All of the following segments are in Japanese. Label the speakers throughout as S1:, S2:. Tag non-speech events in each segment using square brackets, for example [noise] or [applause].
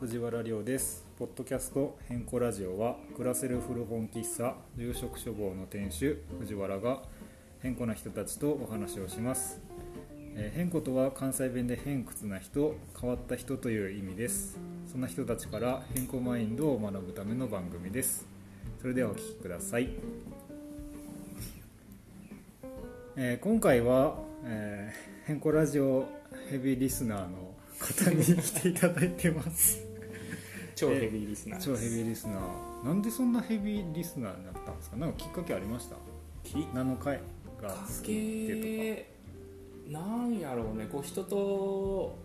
S1: 藤原亮ですポッドキャスト「変更ラジオは」暮らせる古本喫茶住職処房の店主藤原が変更な人たちとお話をします、えー変更とは関西弁で偏屈な人変わった人という意味ですそんな人たちから変更マインドを学ぶための番組ですそれではお聴きくださいえー今回は、えー、変更ラジオヘビーリスナーの方に来ていただいてます
S2: 超ヘビーリスナーです
S1: 超ヘビーリスナーなんでそんなヘビーリスナーになったんですかなんかきっかけありました
S2: きっ
S1: 何の回が
S2: か
S1: 好きって
S2: けなんやろうねこう人と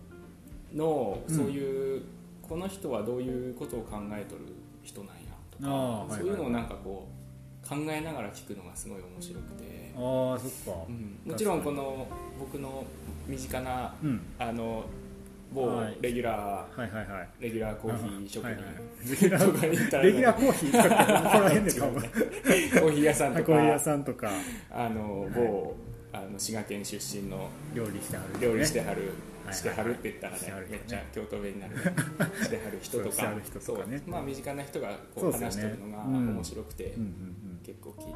S2: の
S1: うん
S2: そういう、この人はどういうことを考えとる人なんやとか、
S1: あーはいはい
S2: そういうのをなんかこう考えながら聞くのがすごい面白くて
S1: と、かああそっか
S2: うんもちろんこの僕の身近な
S1: うん
S2: あの某
S1: はい
S2: レギュラ
S1: はいはい
S2: [laughs]
S1: はい
S2: ーレギュラーコーヒー職
S1: はい
S2: 人
S1: はい
S2: とかに行ったら
S1: レギュラーコーヒーとかここら [laughs] 辺で多分
S2: コーヒー屋さん
S1: コ
S2: と
S1: ーヒー屋
S2: か
S1: さんとか
S2: あの某あの滋賀県出身の
S1: 料理してはる
S2: 料理して
S1: は
S2: はる、
S1: はい
S2: してはるって言ったら
S1: しては
S2: ね
S1: る人
S2: め
S1: ね
S2: っちゃ京都
S1: [laughs]
S2: 弁になるしてはる人と
S1: そうしては
S2: か
S1: る人とかね
S2: そうまあ身近な人がこ
S1: そう
S2: う
S1: ですよね
S2: 話してるのが
S1: うん
S2: 面白くて、
S1: うんうん
S2: 結構聞い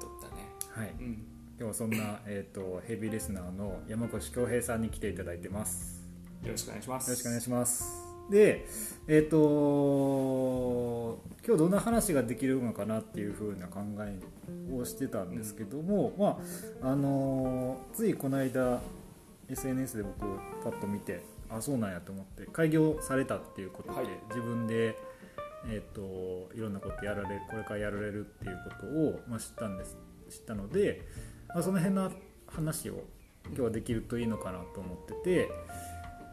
S2: とったね
S1: うんはい
S2: うん
S1: 今日はそんな、えー、とヘビーリスナーの山越恭平さんに来ていただいてます
S2: よろしくお願いします
S1: よろしくお願いしますでえっ、と今日どんな話ができるのかなっていう風な考えをしてたんですけども、まああのーついこの間 SNS で僕パッと見てあそうなんやと思って開業されたっていうことで、
S2: はい
S1: 自分で、えっといろんなことやられこれからやられるっていうことを、まあ、知ったんです知ったので、まあ、その辺の話を今日はできるといいのかなと思ってて。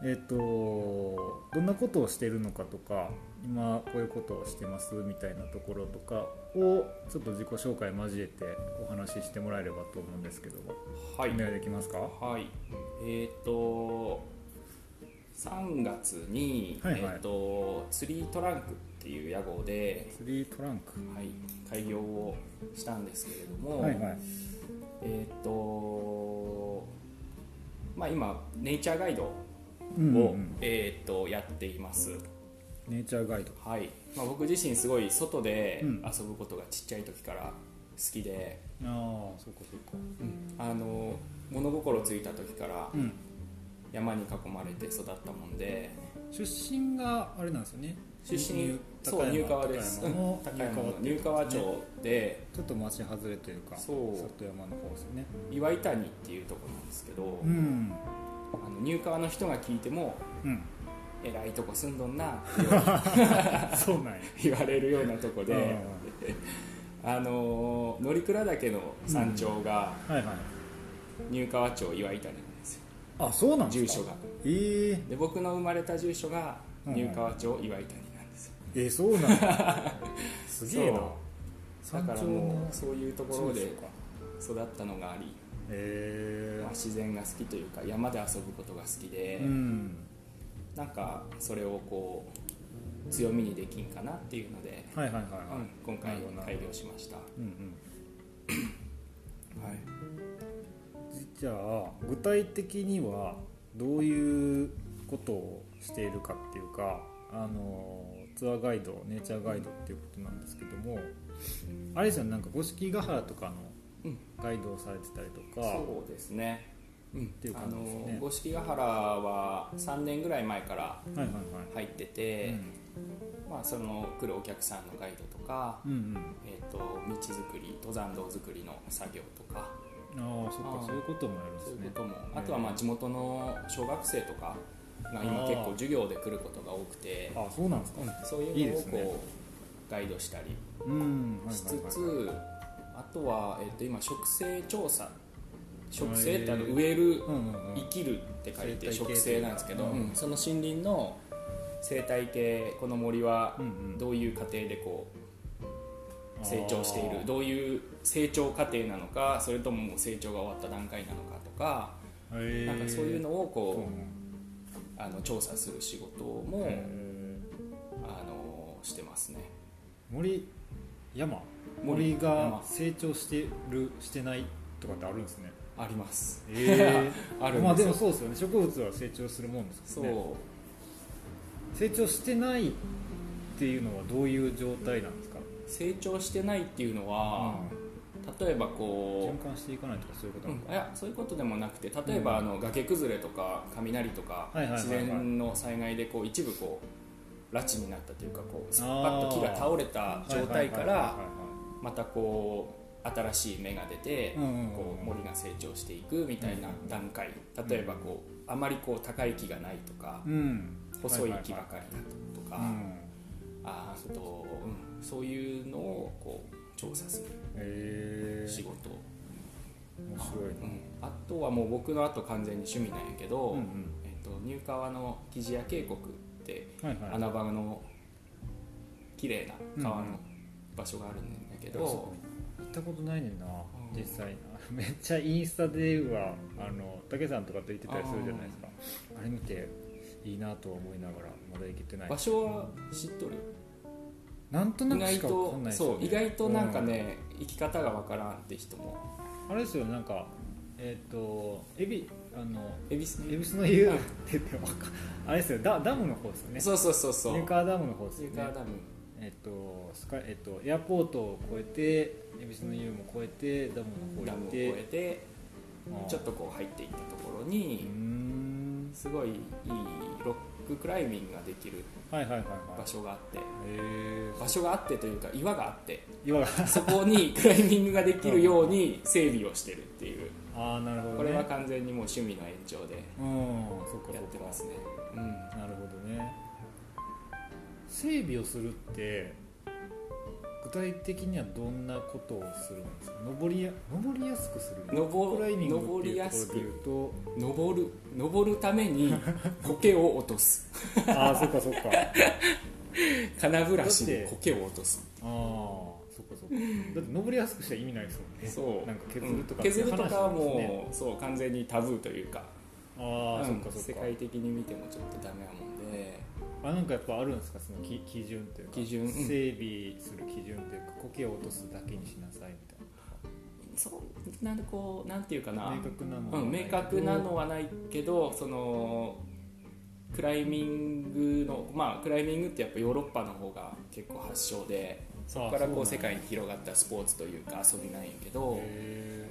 S1: えっとどんなことをしてるのかとか今こういうことをしてますみたいなところとかをちょっと自己紹介交えてお話ししてもらえればと思うんですけども、
S2: は
S1: お
S2: い
S1: 願いできますか
S2: はい、えっ、と3月に、
S1: はいはい
S2: えー、と釣りトランクっていう屋号で、
S1: スリートランク
S2: はい、開業をしたんですけれども、
S1: はいはい
S2: えっ、とまあ今ネイチャーガイドを、
S1: うんうんうん
S2: えっ、とやっています
S1: ネイチャーガイド
S2: はい、まあ、僕自身すごい外で
S1: うん
S2: 遊ぶことがちっちゃい時から好きで、
S1: ああそうかそうか
S2: あの物心ついた時から
S1: うん
S2: 山に囲まれて育ったもんで
S1: 出身があれなんですよね
S2: 出身
S1: 入
S2: そう入川です
S1: 高山の
S2: うん高山の
S1: 入
S2: 入
S1: 川
S2: 川
S1: っていう
S2: 町で
S1: ちょっと町外れというか
S2: そう
S1: 里山の方ですよね
S2: 岩井谷っていうところなんですけど、
S1: うん
S2: あの入川の人が聞いても [laughs]
S1: うん
S2: 「えらいとこ住んどんな」って
S1: そうなんや
S2: 言わ言われるようなとこで
S1: あ
S2: あの乗鞍岳の山頂が
S1: あはいはい
S2: 入川町岩井谷なんですよ
S1: あそうなんで
S2: 住
S1: す
S2: 所
S1: か
S2: が
S1: ええ
S2: で僕の生まれた住所が
S1: うん
S2: 入川町岩井谷なんですよ
S1: えーそう
S2: [laughs]
S1: なんだすげえな
S2: そうだからもうそういうところで
S1: そうか
S2: 育ったのがあり、
S1: え
S2: まあ、自然が好きというか山で遊ぶことが好き
S1: え
S2: で、
S1: うん
S2: なんかそれをこう強みにできんかなっていうので、
S1: はいはいはいは
S2: う
S1: い、
S2: ん、今回
S1: なるほど
S2: 開業しました、は
S1: うんうん
S2: い、
S1: じゃあ具体的にはどういうことをしているかっていうかあのツアーガイドネイチャーガイドっていうことなんですけどもあれですよねなんか五色ヶ原とかの
S2: うん
S1: ガイドをされてたりとか、
S2: そうですねうん
S1: ていう
S2: あ
S1: 感じですね
S2: の五色ヶ原は3年ぐらい前から
S1: はいはいは
S2: 入って
S1: い、
S2: て、
S1: うん
S2: まあ、その来るお客さんのガイドとか、
S1: うん
S2: えー、と道づくり登山道づくりの作業とか
S1: うんああそっか
S2: あー
S1: そういうこともやるんで
S2: そ
S1: す
S2: ういう
S1: ね
S2: ことも、あとはまあ地元の小学生とかが今
S1: あー
S2: 結構授業で来ることが多くて、
S1: あそうなんですか
S2: うんそうい
S1: いいうで
S2: のを
S1: す
S2: こう
S1: ね
S2: ガイドしたり
S1: うんはい
S2: し
S1: はい
S2: つ
S1: はい
S2: つ、あとは、えー、と今植生調査植生ってあの
S1: へー
S2: 植える
S1: うんうんうん
S2: 生きるって書い
S1: 生態
S2: て
S1: 系
S2: 植生なんですけど、
S1: うん
S2: うんその森林の生態系この森は
S1: うんうん
S2: どういう過程でこう成長しているどういう成長過程なのかそれとももう成長が終わった段階なのかとか
S1: あー
S2: なんかそういうのを
S1: へー
S2: こうあの調査する仕事
S1: うん
S2: も
S1: へ
S2: あのしてますね
S1: ー森山
S2: 森
S1: 森が
S2: 山
S1: 成長してるしてないとかってあるんです
S2: [laughs]
S1: ね
S2: あります
S1: え [laughs]
S2: あるんですよ
S1: まあでもそうですよね植物は成長するもんです
S2: そ
S1: よ
S2: う
S1: ね成長してないっていうのはどういう状態なんですか、
S2: 成長してないっていうのは、例えばこ
S1: 循環していかないとかそういうこ
S2: う、
S1: と
S2: う
S1: なんのか、
S2: いやそういうことでもなくて例えばあの崖崩れとか雷とか、
S1: はいはいはいはい
S2: 自然の災害でこう一部こう拉致になったというかこうスパッと木が倒れた状態からまたこう新しい芽が出て、
S1: うんうんうん
S2: こう森が成長していくみたいな段階、例えばこうあまりこう高い木がないとか、
S1: うん
S2: 細い木
S1: は
S2: ば
S1: は
S2: かりだとか、
S1: はうん
S2: あーとうんそういうのをこう調査す
S1: へえ
S2: る仕事、
S1: 面白いな
S2: うん、あとはもう僕のあと完全に趣味なんやけど、
S1: うんうん
S2: えっとニューカワの生地屋渓谷って
S1: はいはい
S2: 穴場の綺麗な川
S1: うんう
S2: の
S1: ん
S2: 場所があるんだけ
S1: あそ
S2: ど
S1: こ、行ったことないねんな、 [laughs]
S2: ん
S1: 実際めっちゃインスタではあの竹さんとかと行ってたりするじゃないですかあれ見ていいなとは思いながらまだ行けてない
S2: 場所は知っとる
S1: なんとなく
S2: 意
S1: し
S2: 外
S1: かわ
S2: と
S1: かんないですよね
S2: そう意外となんか、ね、生き方がわからんって人も
S1: うんあれですよなんかえっ、とエビあの
S2: 恵比寿
S1: 恵比寿の湯って言ってわか [laughs] あれですよダダムの方ですよね
S2: そうそうそうそう
S1: ニューカーダムの方です
S2: ニ
S1: よ
S2: ュ
S1: ね
S2: ーカワダム
S1: えっとスカイえっとエアポートを越えて恵比寿の湯も越えてダムの方
S2: ダ
S1: 行
S2: ムを
S1: っ
S2: 越
S1: て
S2: えて
S1: ああ
S2: ちょっとこう入っていったところ
S1: うー
S2: に
S1: ん
S2: すごいいいロッククライミングができる
S1: はいはいはいはい
S2: 場所があって
S1: へ
S2: 場所があってというか岩があって
S1: え岩が
S2: そこにクライミングができるよう [laughs] に整備をしてるっていう
S1: ああなるほど、ね、
S2: これは完全にもう趣味の延長で
S1: うんそっかそっか
S2: やってますねうん
S1: なるほどね整備をするって具体的にはどんなことをするんですか登りや登りやすくする
S2: 登
S1: クライミングっていう
S2: 登りやす
S1: とこ
S2: く
S1: ろで言うと
S2: 登る登るために苔を落とす
S1: ああそっかそっかあ
S2: 金ブラシで苔を落とす
S1: あそっかそっかだって登りやすくしたら意味ないですもんね
S2: そう
S1: なんか削るとか、
S2: うん削るとかは
S1: 話なんで
S2: もうそう完全にタブーというか
S1: すねああ、
S2: うん
S1: そっかそ
S2: 世
S1: っか
S2: 界的に見てもちょっとダメなもんで
S1: あなんかやっぱあるんですかそのき基準というか
S2: 基準うん
S1: 整備する基準というか苔を落とすだけにしなさいみたい
S2: そんなこうなんていうかな
S1: な明確なの
S2: う
S1: は
S2: ん、
S1: ない
S2: 明
S1: けど
S2: 確なのはないけどそのクライミングのまあクライミングってやっぱヨーロッパの方が結構発祥でそこからこう世界に広がったスポーツというか遊びなんやけど
S1: へ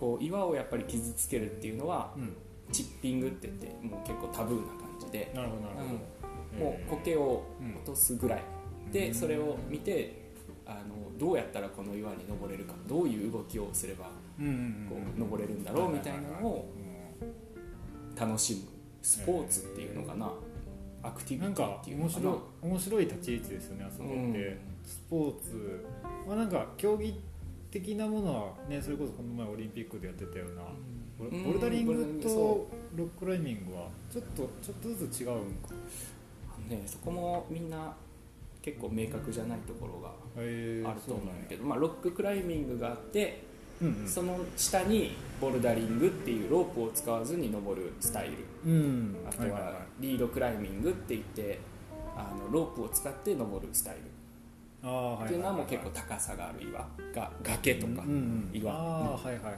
S2: こう岩をやっぱり傷つけるっていうのは
S1: ーうん
S2: チッピングって言ってもう結構タブーな感じで
S1: なるほどなるほど、
S2: うんもう苔を落とすぐらいでそれを見てあのどうやったらこの岩に登れるかどういう動きをすれば
S1: うんうんうん
S2: こ
S1: うん
S2: う登れるんだろうみたいなのを楽しむスポーツっていうのかな、アクティ
S1: な
S2: ビテ
S1: ん
S2: ィ
S1: か
S2: っていうの
S1: 面
S2: か
S1: 白
S2: ない
S1: 面白い立ち位置ですよねあそこって、
S2: うん
S1: スポーツまあなんか競技的なものはねそれこそこの前オリンピックでやってたような、ボル
S2: うん
S1: ボルダリン
S2: ボルダリ
S1: グ
S2: ング
S1: と
S2: そ
S1: ロッククライミングはちょっとちょっとずつ違うんか
S2: ね、そこもみんな結構明確じゃないところが
S1: へー
S2: あると思うんだけど、まあ、ロッククライミングがあって
S1: そうなんや
S2: その下にボルダリングっていうロープを使わずに登るスタイル
S1: うんうん、うん、
S2: あと
S1: いい
S2: はリードクライミングって言ってあのロープを使って登るスタイル
S1: あーははは
S2: っていうのはもう結構高さがある岩が崖とか
S1: うんうんうん
S2: 岩
S1: あーはいはいはいはい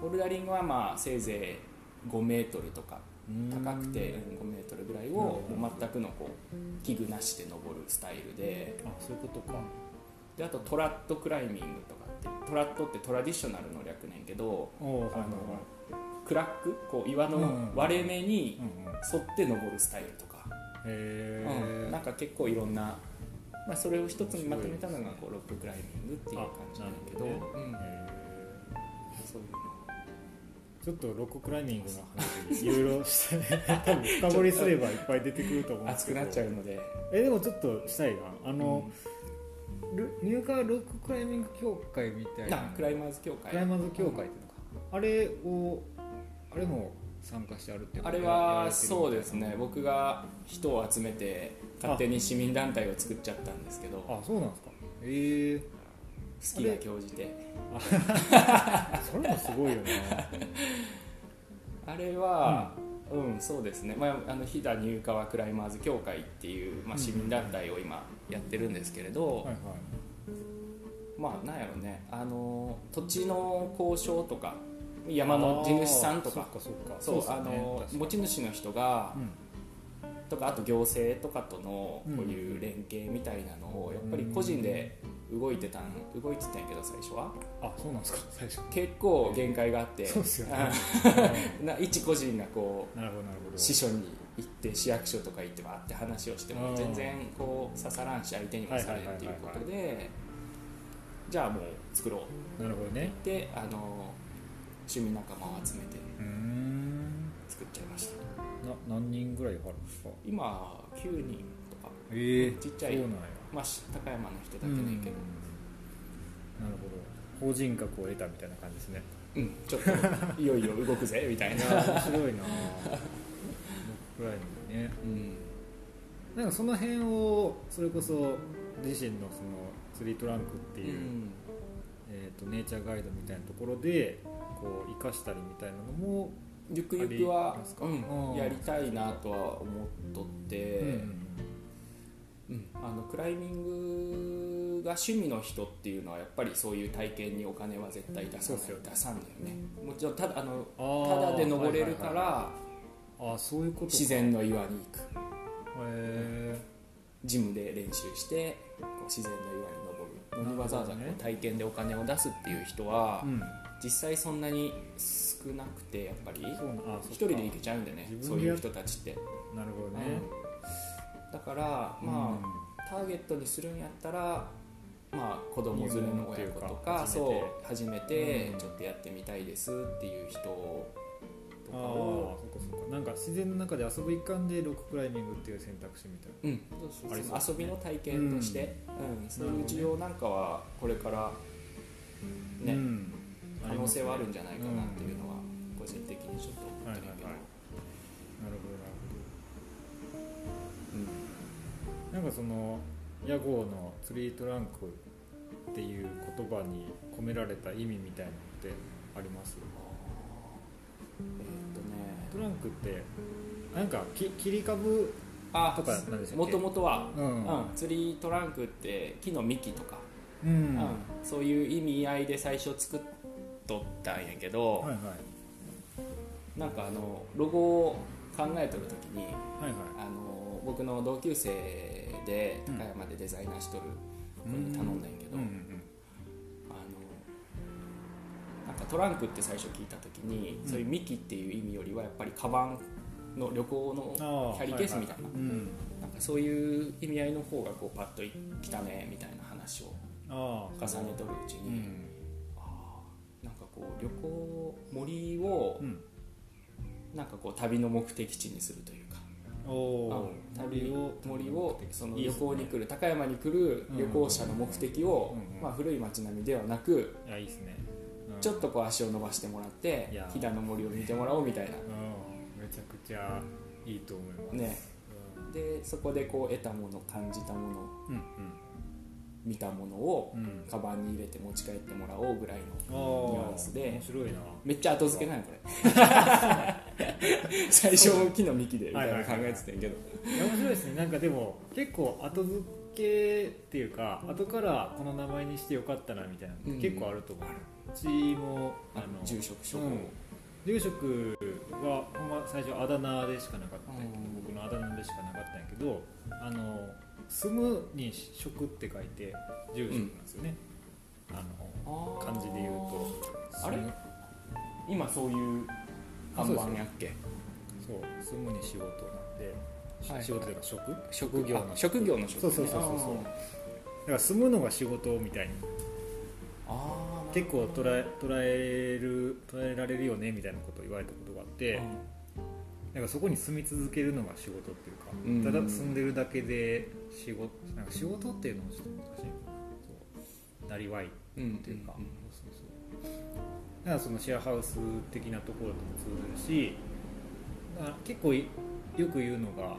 S2: ボルダリングはまあせいぜい5メートルとか
S1: うん
S2: 高くて5メートルぐらいをもう全くのこう器具なしで登るスタイルで
S1: あそういうことか
S2: であとトラットクライミングとかってトラットってトラディショナルの略なんやけど
S1: おおはいはいはい
S2: クラックこう岩の割れ目に
S1: うんうんへ
S2: 沿って登るスタイルとか、うん
S1: え
S2: なんか結構いろんな、まあ、それを一つにまとめたのがこうロッククライミングっていう感じなんやけど
S1: あなるほ
S2: うんそういうの
S1: ちょっとロッククライミングの話いろいろしてね多分深掘りすればいっぱい出てくると思うんです
S2: 熱
S1: け
S2: く
S1: ど
S2: なっちゃうので。
S1: えでもちょっとしたいなあの
S2: う、
S1: ルニューカーロッククライミング協会みたいな
S2: あクライマーズ協会
S1: クライマーズ協会っていうのかあれをあれも参加してあるってこと
S2: あれはそうですね僕が人を集めて勝手に市民団体を作っちゃったんですけど好
S1: あそうなんですかええ
S2: きが興じて
S1: それもすごいよね
S2: [laughs] あれはうん、そうですね、まあ、あの飛騨入川クライマーズ協会っていう、まあ、市民団体を今やってるんですけれど、
S1: はいはい
S2: まあなんやろねあの土地の交渉とか山の地主さんとか
S1: あーそっかそっか
S2: そう
S1: っすよ
S2: あ
S1: ね
S2: の
S1: 確かに
S2: 持ち主の人が
S1: うん
S2: とかあと行政とかとのこういう連携みたいなのをやっぱり個人で動いてたん動いてたんやけど最初は
S1: あそうなんです
S2: [laughs]
S1: か最初
S2: 結構限界があって
S1: そうっすよね
S2: な一個人がこう
S1: なるほどなるほど
S2: 師匠に行って市役所とか行ってわーって話をして
S1: う
S2: も
S1: ん
S2: 全然こう刺さらんし相手にも刺されるっていうことでじゃあもう作ろう
S1: なるほどね
S2: であの趣味仲間を集めて
S1: うーん
S2: 作っちゃいました
S1: な何人ぐらいあるんですか
S2: 今9人とか、
S1: ええ
S2: ちっちゃい
S1: そうなんや
S2: まあ、し高山の人だけないけど
S1: うんなるほど法人格を得たみたいな感じ
S2: [laughs]
S1: ですね
S2: うん、ちょっといよいよ動くぜみたい
S1: い
S2: な
S1: や [laughs] 面白いなぐらいのね
S2: うん
S1: なんかその辺をそれこそ自身のそのスリートランクっていう、えー、とネイチャーガイドみたいなところでこう生かしたりみたいなのも、
S2: ゆくゆく
S1: あ
S2: は
S1: ります、か
S2: うん
S1: うん
S2: やりたいなとは思っとって、
S1: うんうん
S2: うんあのクライミングが趣味の人っていうのはやっぱりそういう体験にお金は絶対出さ
S1: そうっ
S2: ない
S1: すよね
S2: 出さんのよねもちろんただあの
S1: あー
S2: ただで登れる
S1: は
S2: か
S1: いはいはい
S2: ら
S1: あーそういうことか
S2: 自然の岩に行く
S1: へ
S2: ジムで練習してこう自然の岩に登るのにわざわざこ
S1: なるほどね
S2: う体験でお金を出すっていう人は
S1: ーうん
S2: 実際そんなに少なくてやっぱり
S1: そうなんあーそっか
S2: 一人で行けちゃうんでね
S1: 自
S2: そう
S1: 分で
S2: い
S1: や
S2: う
S1: っ
S2: 人たちって、
S1: なるほどね、
S2: うんだからまあ、ターゲットにするんやったらまあ子供連れの親子とか
S1: 入門っていうか
S2: そう初めて
S1: うん
S2: ちょっとやってみたいですっていう人と
S1: あ
S2: か
S1: あ
S2: を
S1: ーそっかそっかなんか自然の中で遊ぶ一環でロッククライミングっていう選択肢みたいな
S2: うん、そう
S1: あ
S2: そう
S1: り
S2: そ
S1: そう
S2: う
S1: ですね
S2: 遊びの体験として、うんそういう需要なんかはこれからね、
S1: うん
S2: 可能性はあ
S1: り
S2: るんじゃないかなっていうのは個人的にちょっと思ってるけど、
S1: はいはいはいますねなるほどなるほど
S2: うん
S1: なんかその屋号のツリートランクっていう言葉に込められた意味みたいなのってあります
S2: えーっと
S1: トラ
S2: ね
S1: ンクってなんかき切り株
S2: あ
S1: とかなんでしたっけ
S2: もともとは、
S1: う
S2: うん
S1: ん
S2: 釣りトランクって木の幹とか、
S1: うん、
S2: うん
S1: はい
S2: そういう意味合いで最初作っとったんやけど、
S1: はい
S2: なんかあのロゴを考えとる時に
S1: はいはい
S2: あの僕の同級生で
S1: うん
S2: 高山でデザイナーしとる子に頼んだんやけど、
S1: うんうん
S2: あのなんかトランクって最初聞いた時に、
S1: うん
S2: そういう幹っていう意味よりはやっぱりカバンの旅行
S1: うん
S2: の
S1: あ
S2: キャリーケースみたいな,、
S1: はいはいうん
S2: なんかそういう意味合いの方がこうパッときたねみたいな話を
S1: ああ
S2: 重ねとるうち
S1: う
S2: に、
S1: ん
S2: あーなんかこう旅行森を
S1: うん
S2: なんかこう旅の目的地にするというか。
S1: おお
S2: あ旅を森をその旅行に来
S1: る
S2: る高山に来る旅行者の目的を、
S1: うんうん
S2: まあ、古い町並みではなく
S1: いやいいですね、うん、
S2: ちょっとこう足を伸ばしてもらって
S1: いや
S2: 飛騨の森を見てもらおうみたいな
S1: うんめちゃくちゃいいと思います
S2: ねでそこでこう得たもの感じたもの
S1: うんうん
S2: 見たものを
S1: うんうん
S2: カバンに入れて持ち帰ってもらおうぐらいの
S1: ニ
S2: ュアンスで
S1: 面白いな
S2: めっちゃ後付けないこれ [laughs] 最初木の幹でみたいなの考えてたんやけど
S1: いや面白いですねなんかでも結構後付けっていうか後からこの名前にしてよかったなみたいなのって
S2: うん
S1: 結構あると思う、うちもあ
S2: あ
S1: の
S2: の住職処
S1: う
S2: 方
S1: ん住職がほんま最初あだ名でしかなかったんやけど、
S2: うん
S1: 僕のあだ名でしかなかったんやけどあの住むに職って書いて住職なんですよね、あの
S2: あー
S1: 漢字で言うと
S2: あれ
S1: 住む
S2: 今そういう
S1: あ
S2: 看
S1: そう
S2: 板
S1: です
S2: やっけ
S1: そう住むに仕事なんで、し
S2: はい
S1: 仕事というか職
S2: 職
S1: 業
S2: 業
S1: の
S2: の職業の職
S1: そうそうそうそうそうだから住むのが仕事みたいに
S2: あー
S1: 結構捉え捉える捉えられるよねみたいなことを言われたことがあって、なんかそこに住み続けるのが仕事っていうか、
S2: うん
S1: ただ住んでるだけで仕事なんか仕事っていうのもちょっと難しいそうなりわいっ
S2: うんうん
S1: ていうか、そうそうそうだからそのシェアハウス的なところとも通ずるしだから結構いよく言うのがあの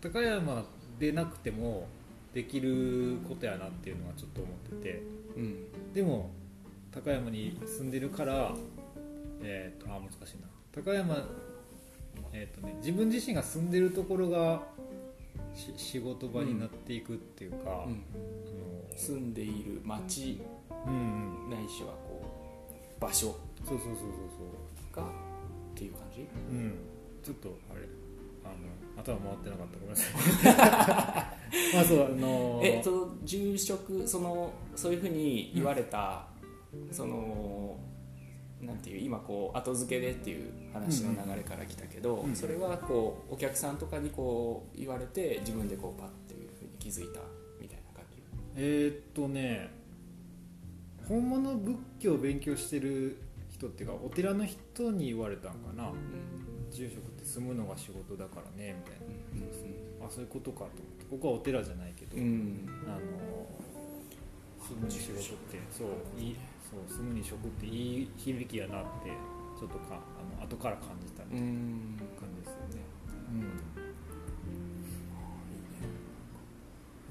S1: 高山でなくてもできることやなっていうのはちょっと思ってて。
S2: うん
S1: でも高山に住んでるからえー、とあ難しいな高山えっ、とね自分自身が住んでるところがし仕事場になっていくっていうか、
S2: うん住んでいる町
S1: あのうんうん
S2: ないしはこう場所
S1: そうそうそうそう
S2: がっていう感じ
S1: そううんちょっとあれ
S3: あの頭回ってなかったごめんなさい
S1: [laughs] まあそうあの
S2: えその住職そのそういうふうに言われた、そのなんていう今こう後付けでっていう話の流れから来たけど、
S1: うん
S2: それはこうお客さんとかにこう言われて自分でこうパッていうふうに気づいたみたいな感じ
S3: えーっとね
S1: 本物仏教を勉強してる人っていうかお寺の人に言われたんかな住職って住むのが仕事だからねみたいなあそういうことかと思ってここはお寺じゃないけど、
S2: うんうん
S1: あの住むに仕事ってそういいそう住むに職っていい響きやなってちょっとかあの後から感じた
S2: うん、うん
S1: 感じですよね、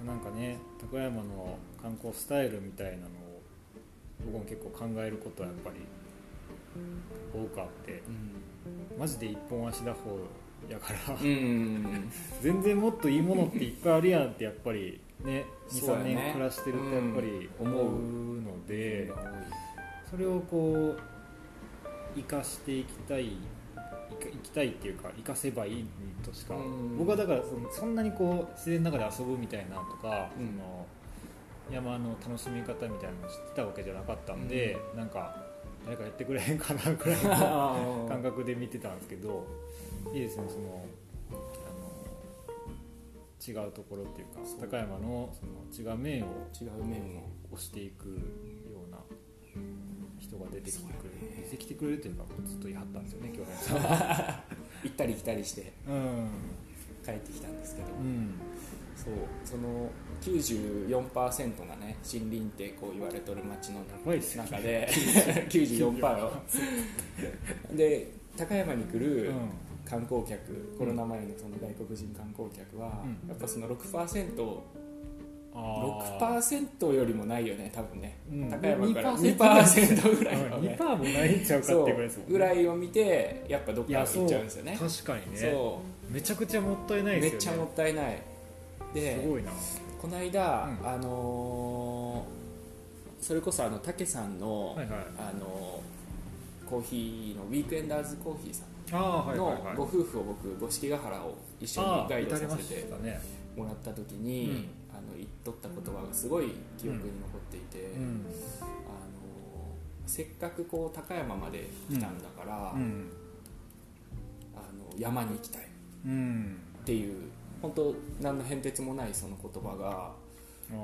S1: うん、なんかね高山の観光スタイルみたいなのを僕も結構考えることはやっぱり多くあってマジで一本足打法やから、
S2: うんうん
S1: 全然もっといいものっていっぱいあるやんってやっぱりね
S2: そう
S1: 23
S2: やね
S1: 年暮らしてるとやっぱり
S2: うん思
S1: 思
S2: う
S1: うのでそれをこう生かしていきたい生か生きたいっていうか生かせばいいとしか
S2: うん
S1: 僕はだからそのそんなにこう自然の中で遊ぶみたいなとか、
S2: うん
S1: その山の楽しみ方みたいなのを知ってたわけじゃなかったんで、なんか誰かやってくれへんかなぐらいの感
S2: 感
S1: 覚で見てたんですけどいいですねそのあの違うところっていうか
S2: そう
S1: 高山のその違う面を
S2: 違う面を
S1: 押していくような人が出てきてくれ
S2: そう
S1: る
S2: や、ね
S1: 出てきてくれるというかずっと言い張ったんですよね京平さんは
S2: 行ったり来たりして
S1: うん、
S2: 帰ってきたんですけど、
S1: うん、
S2: そうその94%がね森林ってこう言われとる町の
S1: 怖いですよね
S2: 中で94%よで高山に来
S1: う
S2: る
S1: ん
S2: 観光客、コロナ前のその外国人観光客は、
S1: うん
S2: やっぱその 6%6%
S1: あ
S2: よりもないよね多分ね、
S1: うん
S2: 高山から
S1: 2%
S2: 2%ぐらいの
S1: ー
S2: ね
S1: 2%もないんちゃうか
S2: そ
S1: ってぐらいですもん
S2: うぐらいを見てやっぱどっ
S1: い
S2: か
S1: や
S2: 行
S1: そう
S2: っちゃうんですよね
S1: 確かにね
S2: そ
S1: めちゃくちゃもったいな
S2: う
S1: い
S2: め
S1: で
S2: っ
S1: す
S2: ち
S1: よ
S2: ゃ
S1: ね
S2: もったいないです
S1: ごいな
S2: この間、
S1: うん
S2: あのーそれこそあのたけさんの、
S1: はいはい
S2: あのーコーヒーのウィークエンダーズコーヒーさん
S1: ああはい
S2: の
S1: はいはい
S2: ご夫婦を僕五色ヶ原を一緒
S1: あ
S2: に
S1: あ
S2: ガイ
S1: 至
S2: ド
S1: り
S2: さ
S1: ま
S2: せて
S1: したね
S2: もらった時に、
S1: うん
S2: あの言っとった言葉がすごい記憶に残っていて、
S1: うん
S2: あのーせっかくこう高山まで来たんだから、
S1: うん
S2: あの山に行きたい
S1: うん
S2: っていう本当何の変哲もないその言葉が
S1: ああ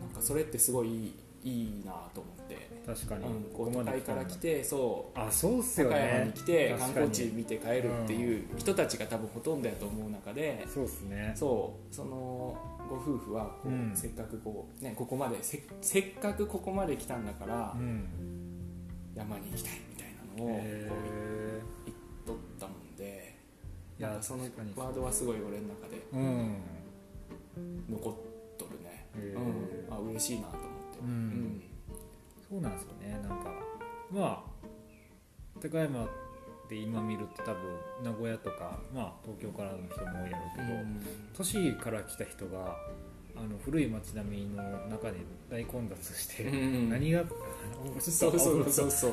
S2: なんかそれってすごいいいいいなと思って、
S1: 確かに、
S2: うん、こ
S1: こ
S2: う都
S1: こまで
S2: 会
S1: 来た
S2: か
S1: んだ
S2: ら来てそ
S1: あそうっす
S2: う
S1: よ
S2: 高山
S1: ね
S2: に来て観
S1: 確か
S2: 光
S1: に
S2: 地見て帰るっていう人たちが多分ほとんどやと思う中で、
S1: そうっすね
S2: そうそのご夫婦はこう、
S1: うん
S2: せっかくこう、ね、ここまでせせっかくここまで来たんだから
S1: うん
S2: 山に行きたいみたいなのを
S1: へ
S2: こう
S1: え
S2: 言っとったもんで
S1: いや
S2: なんかその
S1: 確かにそう
S2: ワードはすごい俺の中で
S1: うん
S2: 残っとるね、
S1: へー
S2: うん、あ嬉しいなと思って。
S1: うんそうなんですよねなんかまあ高山で今見ると多分名古屋とか、まあ、東京からの人も多いやろうけ
S2: う
S1: ど、
S2: ん
S1: 都市から来た人があの古い町並みの中で大混雑して、
S2: うん
S1: 何が
S2: そうそう
S1: う
S2: そうそう。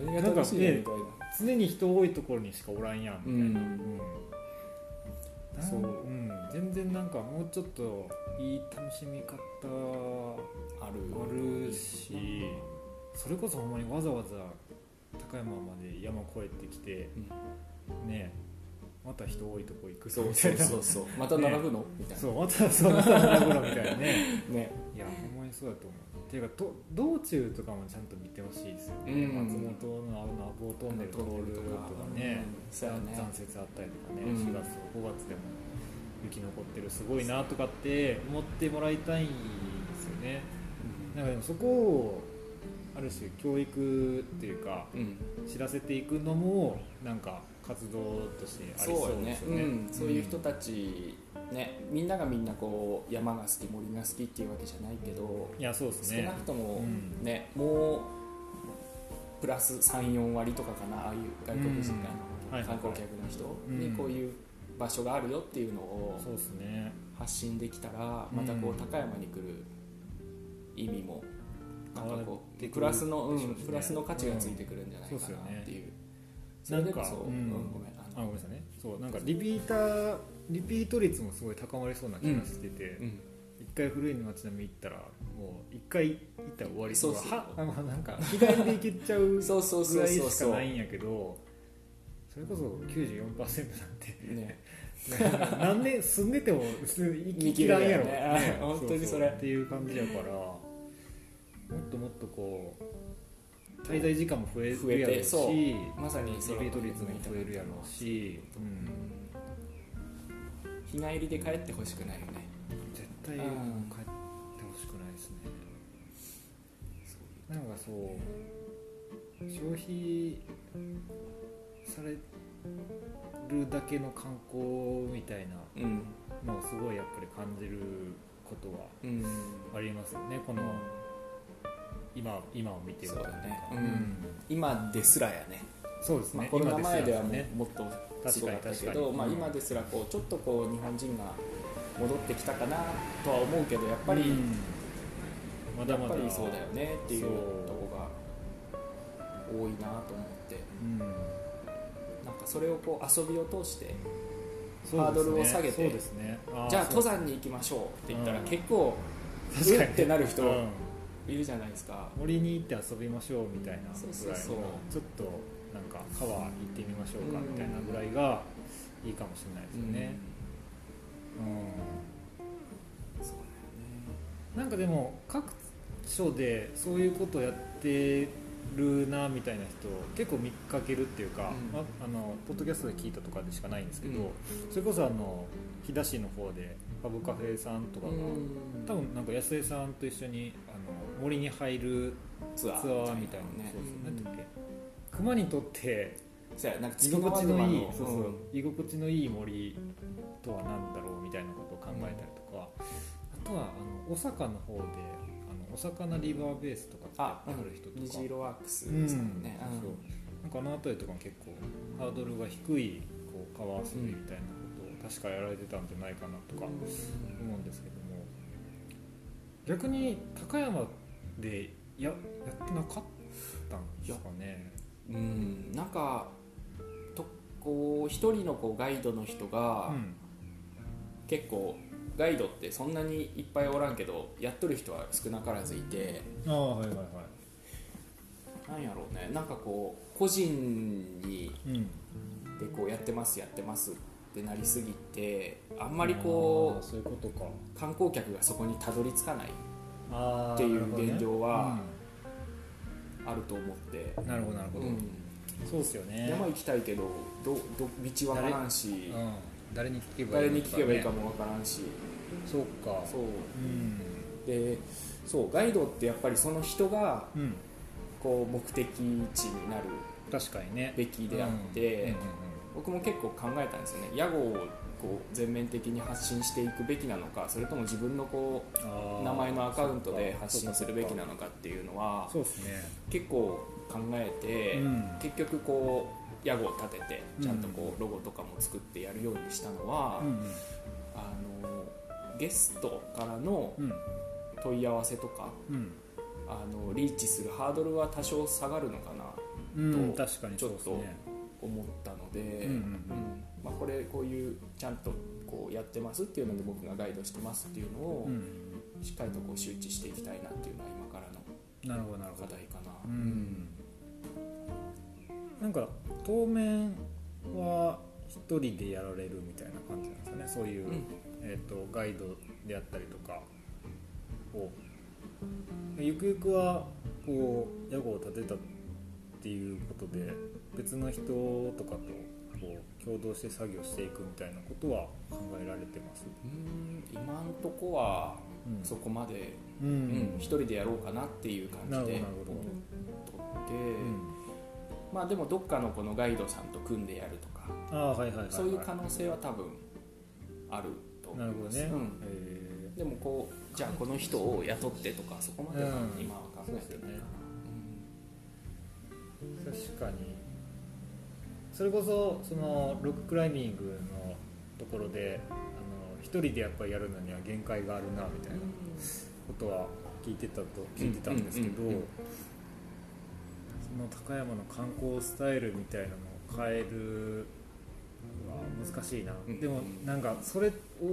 S1: ん
S2: 何が
S1: なん
S2: 楽
S1: か
S2: しいのみ
S1: ね
S2: たいな。
S1: 常に人多いところにしかおらんやんみたいな、
S2: うん
S1: うん、
S2: そうん
S1: 全然なんかもうちょっといい楽しみ方
S2: ある
S1: あるしそれこそほんまにわざわざ高山まで山越えてきて、ねまた人多いとこ行くぞ
S2: そう
S1: みた
S2: そ
S1: いうな
S2: そうそう。また並ぶのみた
S1: [laughs]
S2: い
S1: そうまたそうまた並ぶのみたいなね
S2: な。ね。
S1: いやほんまにそうだと思うっていうかと道中とかもちゃんと見てほしいですよね、
S2: うん
S1: 松本のあの阿房トンネル通るとかね、
S2: そう
S1: 残
S2: やね。
S1: 雪あったりとかね、
S2: うん
S1: 4月5月でも雪残ってるすごいなとかって思ってもらいたいんですよねなんかでもそこをある種教育っていうか
S2: うん。
S1: 知らせていくのもなんか活動としてあり
S2: そう
S1: そ
S2: よ
S1: うで
S2: ね
S1: す。よ
S2: う
S1: ね
S2: ん。そういう人たちね、みんながみんなこう山が好き森が好きっていうわけじゃないけど、
S1: いやそうです
S2: 少な
S1: ね
S2: くとも
S1: うん
S2: ね、もうプラス3、4割とかかな、ああいう外国人が
S1: うんはいはいはい
S2: 観光客の人にこういう場所があるよっていうのを
S1: そうですね
S2: 発信できたらまたこ
S1: うん
S2: う高山に来る意味もなんか
S1: 変わ
S2: こ
S1: ってく
S2: う
S1: る
S2: プラスの、う、
S1: でしょうんね
S2: プラスの価値がついてくるんじゃない
S1: そ
S2: か
S1: うっすよ
S2: な
S1: ね
S2: っていうそれでこそ
S1: なんか
S2: う
S1: うん
S2: んごめんあ
S1: あ
S2: の
S1: ごめんなさいねそうなんかリピーターリピート率もすごい高まりそうな気がしてて、
S2: うん
S1: 一回古い町並み行ったらもう一回行ったら終わりとか
S2: そうそう
S1: はあのなんか日帰りで行けちゃう
S2: そうそう
S1: ぐ
S2: そう
S1: らい
S2: そう
S1: し
S2: そう
S1: かないんやけどそれこそ94%なん
S2: ね
S1: てなんか何年住んでても生ききらんやろ、
S2: 見切れんよねあ本当にそれ
S1: ううっていう感じやからもっともっとこう滞在時間も増え
S2: 増
S1: る
S2: え
S1: やろ
S2: て
S1: うし
S2: そう
S1: リ
S2: まさに
S1: ピート率も増えるやろうし、うん、
S2: 日帰りで帰ってほしくないよね
S1: 絶対帰ってほしくないですねなんかそう消費されるだけの観光みたいな
S2: うん
S1: のをすごいやっぱり感じることは
S2: うん
S1: ありますよねこの今今を見てるというか
S2: そうだねうん今ですらやね
S1: そうです
S2: まあ、
S1: ね
S2: コロナ前では
S1: 今
S2: も
S1: すよね
S2: もっとすごかったけ
S1: 確かに確
S2: ど、
S1: かに
S2: まあ、
S1: うん
S2: 今ですらこうちょっとこう日本人が戻ってきたかなとは思うけどやっぱり、
S1: うんまだ
S2: やっ
S1: ま
S2: ぱ
S1: だ
S2: りそうだよねっていう
S1: そう
S2: とこが多いなと思って
S1: うん
S2: なんかそれをこう遊びを通して
S1: そうですね
S2: ハードルを下げて
S1: そうですねあー
S2: じゃあ
S1: そう
S2: 登山に行きましょうって言ったら
S1: うん
S2: 結構
S1: 確
S2: う
S1: か
S2: っ
S1: に
S2: てなる人
S1: うん
S2: いるじゃないですか、
S1: 森に行って遊びましょうみたいなぐらいの
S2: そうそうそう
S1: ちょっとなんか川行ってみましょうかみたいなぐらいがいいかもしれないですよね、う
S2: うんそうん
S1: なんかでも各所でそういうことやってるなみたいな人結構見かけるっていうか、
S2: うん
S1: まあのポッドキャストで聞いたとかでしかないんですけど、
S2: うん
S1: それこそあの飛騨市の方でパブカフェさんとか
S2: だ
S1: が、
S2: よね
S1: 多分なんか安江さんと一緒にあの森に入る
S2: ツアー
S1: ツアーみたいな、
S2: ね
S1: そうそうなんだっ
S2: うん
S1: け熊にとって
S2: そうやなんか
S1: 居
S2: 月の
S1: 心地
S2: 窓
S1: の
S2: の
S1: いいそうそううん居心地のいい森とは何だろうみたいなことを考えたりとか、あとはあの大阪の方であのお魚リバーベースとかって
S2: あ
S1: やってはる人とか
S2: 虹色ワークス
S1: うん
S2: ですもんね、うん
S1: そうなんかあの辺りとかも結構ハードルが低いこう川遊びみたいなことを確かやられてたんじゃないかなとか思うんですけども逆に高山でややってなかったんですかね。
S2: うんなんかとこう一人のこうガイドの人が、
S1: うん
S2: 結構ガイドってそんなにいっぱいおらんけどやっとる人は少なからずいて
S1: ああはいはいは
S2: なんやろうねなんかこう個人に
S1: い。うん
S2: でこうやってますやってますってなりすぎてあんまりこ
S1: あーそういうことか
S2: う観光客がそこにたどり着かない
S1: あー
S2: っていう現状はあると思って、
S1: なるほどね,
S2: う
S1: うん、なるほどなるほど、
S2: ん、
S1: そうですよね、
S2: 山行きたいけどどど道わからんし
S1: うん、誰に聞けばい
S2: 誰
S1: いの
S2: に
S1: かね
S2: 聞けばいいかもわからんし、
S1: そうか
S2: そう
S1: うん
S2: でそうガイドってやっぱりその人が
S1: うん
S2: こう目的地になる
S1: 確かにね
S2: べきであって
S1: うんうんうん
S2: 僕も結構考えたんですよね屋号をこう全面的に発信していくべきなのかそれとも自分のこう
S1: あー
S2: 名前のアカウントで発信するべき
S1: そうか
S2: なのかっていうのは
S1: そうですね
S2: 結構考えて、
S1: うん
S2: 結局こう屋号を立ててちゃんとこうロゴとかも作ってやるようにしたのは、
S1: うん
S2: あのゲストからの
S1: うん
S2: 問い合わせとか
S1: うん
S2: あのリーチするハードルは多少下がるのかな
S1: うん、
S2: と
S1: うん、確かにそうですね
S2: 思ったので、
S1: うんうん
S2: うんまあ、これこういうちゃんとこうやってますっていうので僕がガイドしてますっていうのを
S1: うん
S2: しっかりとこう周知していきたいなっていうのは今から
S1: な
S2: の
S1: るほどなるほ
S2: 課
S1: ど
S2: 題かな、
S1: うんなんか当面は一人でやられるみたいな感じなんですかねそういう、
S2: うん
S1: えー、とガイドであったりとかをゆくゆくはこう屋号を建てたっていうことで別の人とかとこう共同して作業していくみたいなことは考えられてます、
S2: うん今んとこは
S1: うん
S2: そこまで、
S1: う
S2: うん
S1: ん
S2: 一人でやろうかなっていう感じで
S1: なるほどなる
S2: 思って、
S1: うん
S2: まあでもどっかのこのガイドさんと組んでやるとか、
S1: ああはいはいはい、はい、
S2: そういう可能性は多分あると思
S1: ないるほ
S2: ま
S1: ど
S2: す
S1: ね、
S2: うん
S1: えー
S2: でもこうじゃあこの人を雇ってとかそこまでは
S1: うん
S2: 今は考えてないかな、
S1: 確かにそれこそそのロッククライミングのところであの一人でやっぱりやるのには限界があるなみたいなことは聞いてたと聞いてたんですけど、
S2: うんうんうんうん
S1: その高山の観光スタイルみたいなのを変えるうわ難しいな、
S2: うん
S1: でも
S2: うん
S1: なんかそれをどう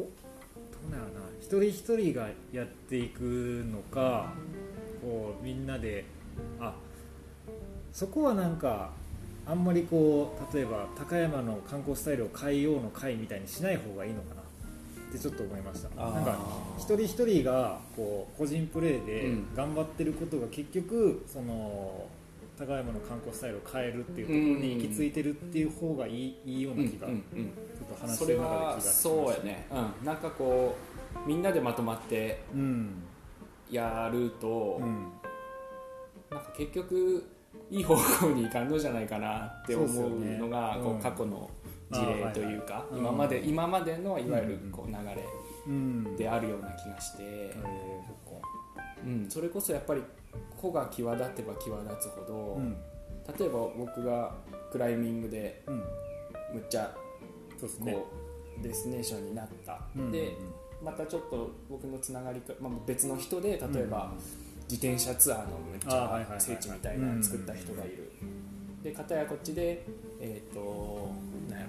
S1: なるな一人一人がやっていくのかこうみんなであそこはなんかあんまりこう例えば高山の観光スタイルを変えようの会みたいにしない方がいいのかなってちょっと思いました
S2: あー
S1: なんか一人一人がこう個人プレーで
S2: うん
S1: 頑張ってることが結局その高山の観光スタイルを変えるっていうところに行き着いてるっていう方がいいいいよう
S2: うん
S1: な気が、
S2: うんうん
S1: ちょっと話
S2: そ
S1: して
S2: れ
S1: る中で気がし
S2: は
S1: ました
S2: そうやね、うん、なんかこうみんなでまとまって
S1: うん
S2: やると、
S1: うん
S2: なんか結局いい方向に行かんのじゃないかなって思うのが
S1: そうっすよね
S2: こう
S1: うん
S2: 過去の事例というか、
S1: あーはいはい
S2: 今まで、
S1: うん
S2: 今までのいわゆる
S1: うんうん
S2: こう流れ
S1: うん
S2: であるような気がして
S1: え、ーそっか
S2: うん、それこそやっぱり子が際立てば際立つほど、
S1: うん
S2: 例えば僕がクライミングで
S1: うん
S2: むっちゃ
S1: そうです
S2: こう、
S1: ね
S2: デスネーションになった、
S1: うん
S2: でまたちょっと僕のつながりか、まあ、別の人で例えば、自転車ツアーのめっち
S1: あーはいはいはいは
S2: ゃ
S1: い
S2: 聖地みたいなの作った人がいるで片やこっちでえっ、となんや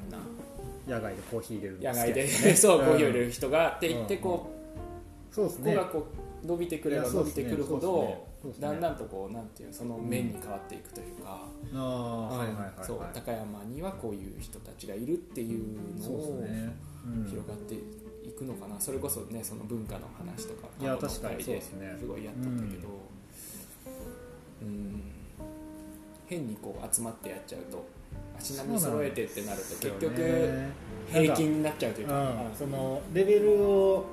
S2: ろ
S1: 野外でコーヒー入れるの
S2: な
S1: 好
S2: 野
S1: き
S2: 外で [laughs] そう
S1: うん
S2: こういうる人がって言って
S1: うん
S2: こ
S1: そうです
S2: うここ
S1: ね
S2: がこう伸びてくれ
S1: い
S2: ば
S1: やそ
S2: 伸
S1: うっ
S2: び
S1: すね
S2: てくるほど
S1: そうっすねそうっすね
S2: だんだんとこうなんていうのその面に変わっていくというか
S1: ああはいはいはいはい
S2: そう高山にはこういう人たちがいるっていうの
S1: そうです
S2: を
S1: ねうん
S2: 広がっていくのかなそれこそねその文化の話とか
S1: いや
S2: 過去
S1: 確
S2: の
S1: かに
S2: 回
S1: そうですね
S2: すごいやったんだけど、うん変にこう集まってやっちゃうと足並み揃えてってなると結局平均になっちゃうというか
S1: うん
S2: うん
S1: そのレベルを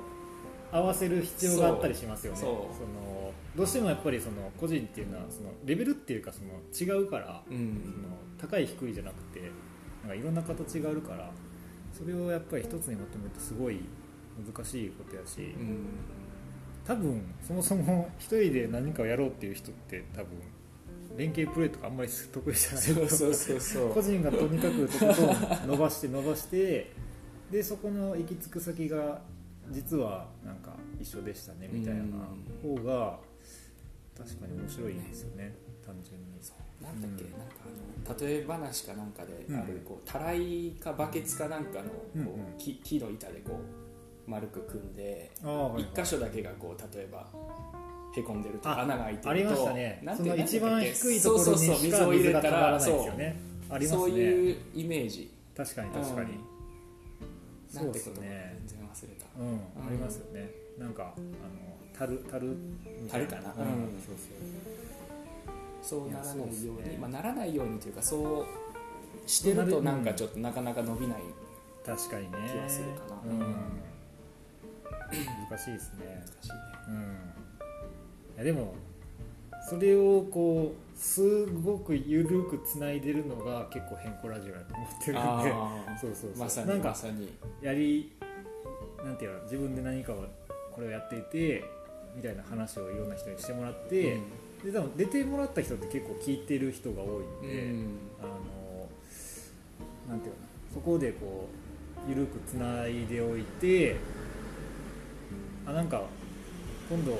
S1: 合わせる必要があったりしますよね
S2: そう
S1: のどうしてもやっぱりその個人っていうのはそのレベルっていうかその違うから、
S2: う
S1: その
S2: ん
S1: 高い低いじゃなくてなんかいろんな形があるからそれをやっぱり一つにまとめるとすごい難しいことやし、
S2: うん
S1: [laughs] 多分そもそも一人で何かをやろうっていう人って多分連携プレーとかあんまり得意じゃない
S2: そうそうそう [laughs] そ
S1: 個
S2: う
S1: 人がとにかくとことん伸ばして伸ばしてでそこの行き着く先が実はなんか一緒でしたねみたいな方が確かに面白いですよね単純に
S2: そうなんだっけ、
S1: うん
S2: なんかあの例え話かなんかで
S1: うん
S2: ある、こうたらいかバケツかなんかのこう、
S1: うんうん
S2: 木木の板でこう丸く組んで
S1: ああはい
S2: 一箇所だけがこう例えばへこんでると
S1: あ
S2: 穴が開いてると
S1: ありましたね
S2: なん
S1: そ
S2: てな
S1: の
S2: んだっけ
S1: 一番低いところに
S2: そうそうそう
S1: し
S2: 水
S1: か
S2: を入
S1: 水
S2: れ
S1: が
S2: た
S1: たま
S2: ら
S1: らないです
S2: そ
S1: よ
S2: う
S1: ねありま
S2: そう
S1: すね
S2: いうイメージ
S1: 確かに確かに
S2: な
S1: そ
S2: ん
S1: う
S2: て
S1: で
S2: こ
S1: す
S2: とも
S1: ね
S2: 全然忘れた
S1: うん
S2: うん
S1: ありますよねなんかあの樽樽みたい
S2: 樽かな
S1: うん
S2: うん
S1: そうそう
S2: そうならないよう
S1: いやそうっ
S2: に
S1: すね
S2: まあならないようにというかそうしてるとなんかちょっとなかなか伸び
S1: [laughs]
S2: ない
S1: 確かにね
S2: 気はするかな
S1: うん
S2: うん
S1: 難しいですね
S2: 難しいね
S1: うんいやでもそれをこうすごく緩くつないでるのが結構変更ラジオだと思ってるんで
S2: ああ
S1: そうそうそう
S2: まさ
S1: な
S2: に
S1: んか
S2: まさに
S1: やりなんていうの自分で何かをこれをやっていてみたいな話をいろんな人にしてもらって、で多分出てもらった人って結構聞いてる人が多いん
S2: うん
S1: で、
S2: うん
S1: あのなんていうのそこでこう緩くつないでおいてあなんか今度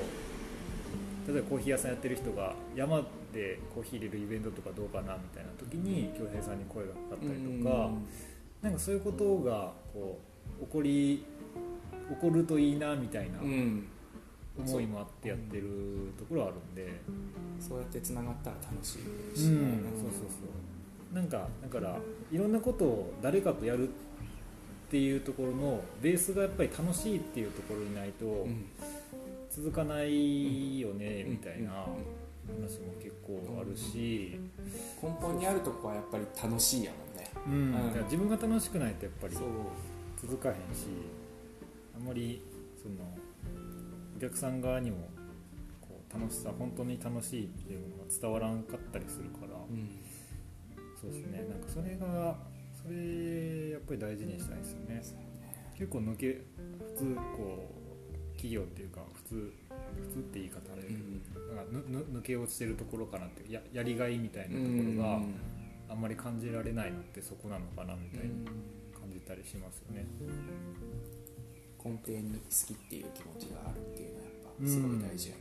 S1: 例えばコーヒー屋さんやってる人が山でコーヒー入れるイベントとかどうかなみたいな時に恭平さんに声がかかったりとか。なんかそういうことがこう起こり起こるといいなみたいな
S2: うんうん
S1: 思いもあってやってるところはあるんで、
S2: そうやってつながったら楽しい
S1: うん
S2: しね
S1: そうそうそうなんかだからいろんなことを誰かとやるっていうところのベースがやっぱり楽しいっていうところにないと
S2: うん
S1: 続かないよねみたいな
S2: うんうんうん
S1: 話も結構あるし、
S2: 根本にあるとこはやっぱり楽しいやもんね
S1: うん
S2: うん
S1: だから自分が楽しくないとやっぱり
S2: そう
S1: 続かへんしあんまりそのお客さん側にもこう楽しさ本当に楽しいっていうのが伝わらんかったりするから、
S2: うん
S1: そうですねなんかそれがそれやっぱり大事にしたいですよね結構抜け普通こう企業っていうか普通普通って言い方あれだけ
S2: う
S1: ど、
S2: ん
S1: なんかぬぬ抜け落ちてるところかなっていうややりがいみたいなところがあんまり感じられないのってそこなのかなみたいに感じたりしますよね。
S2: 根底に好きっていう気持ちがあるっていうのはやっぱすごい大事やね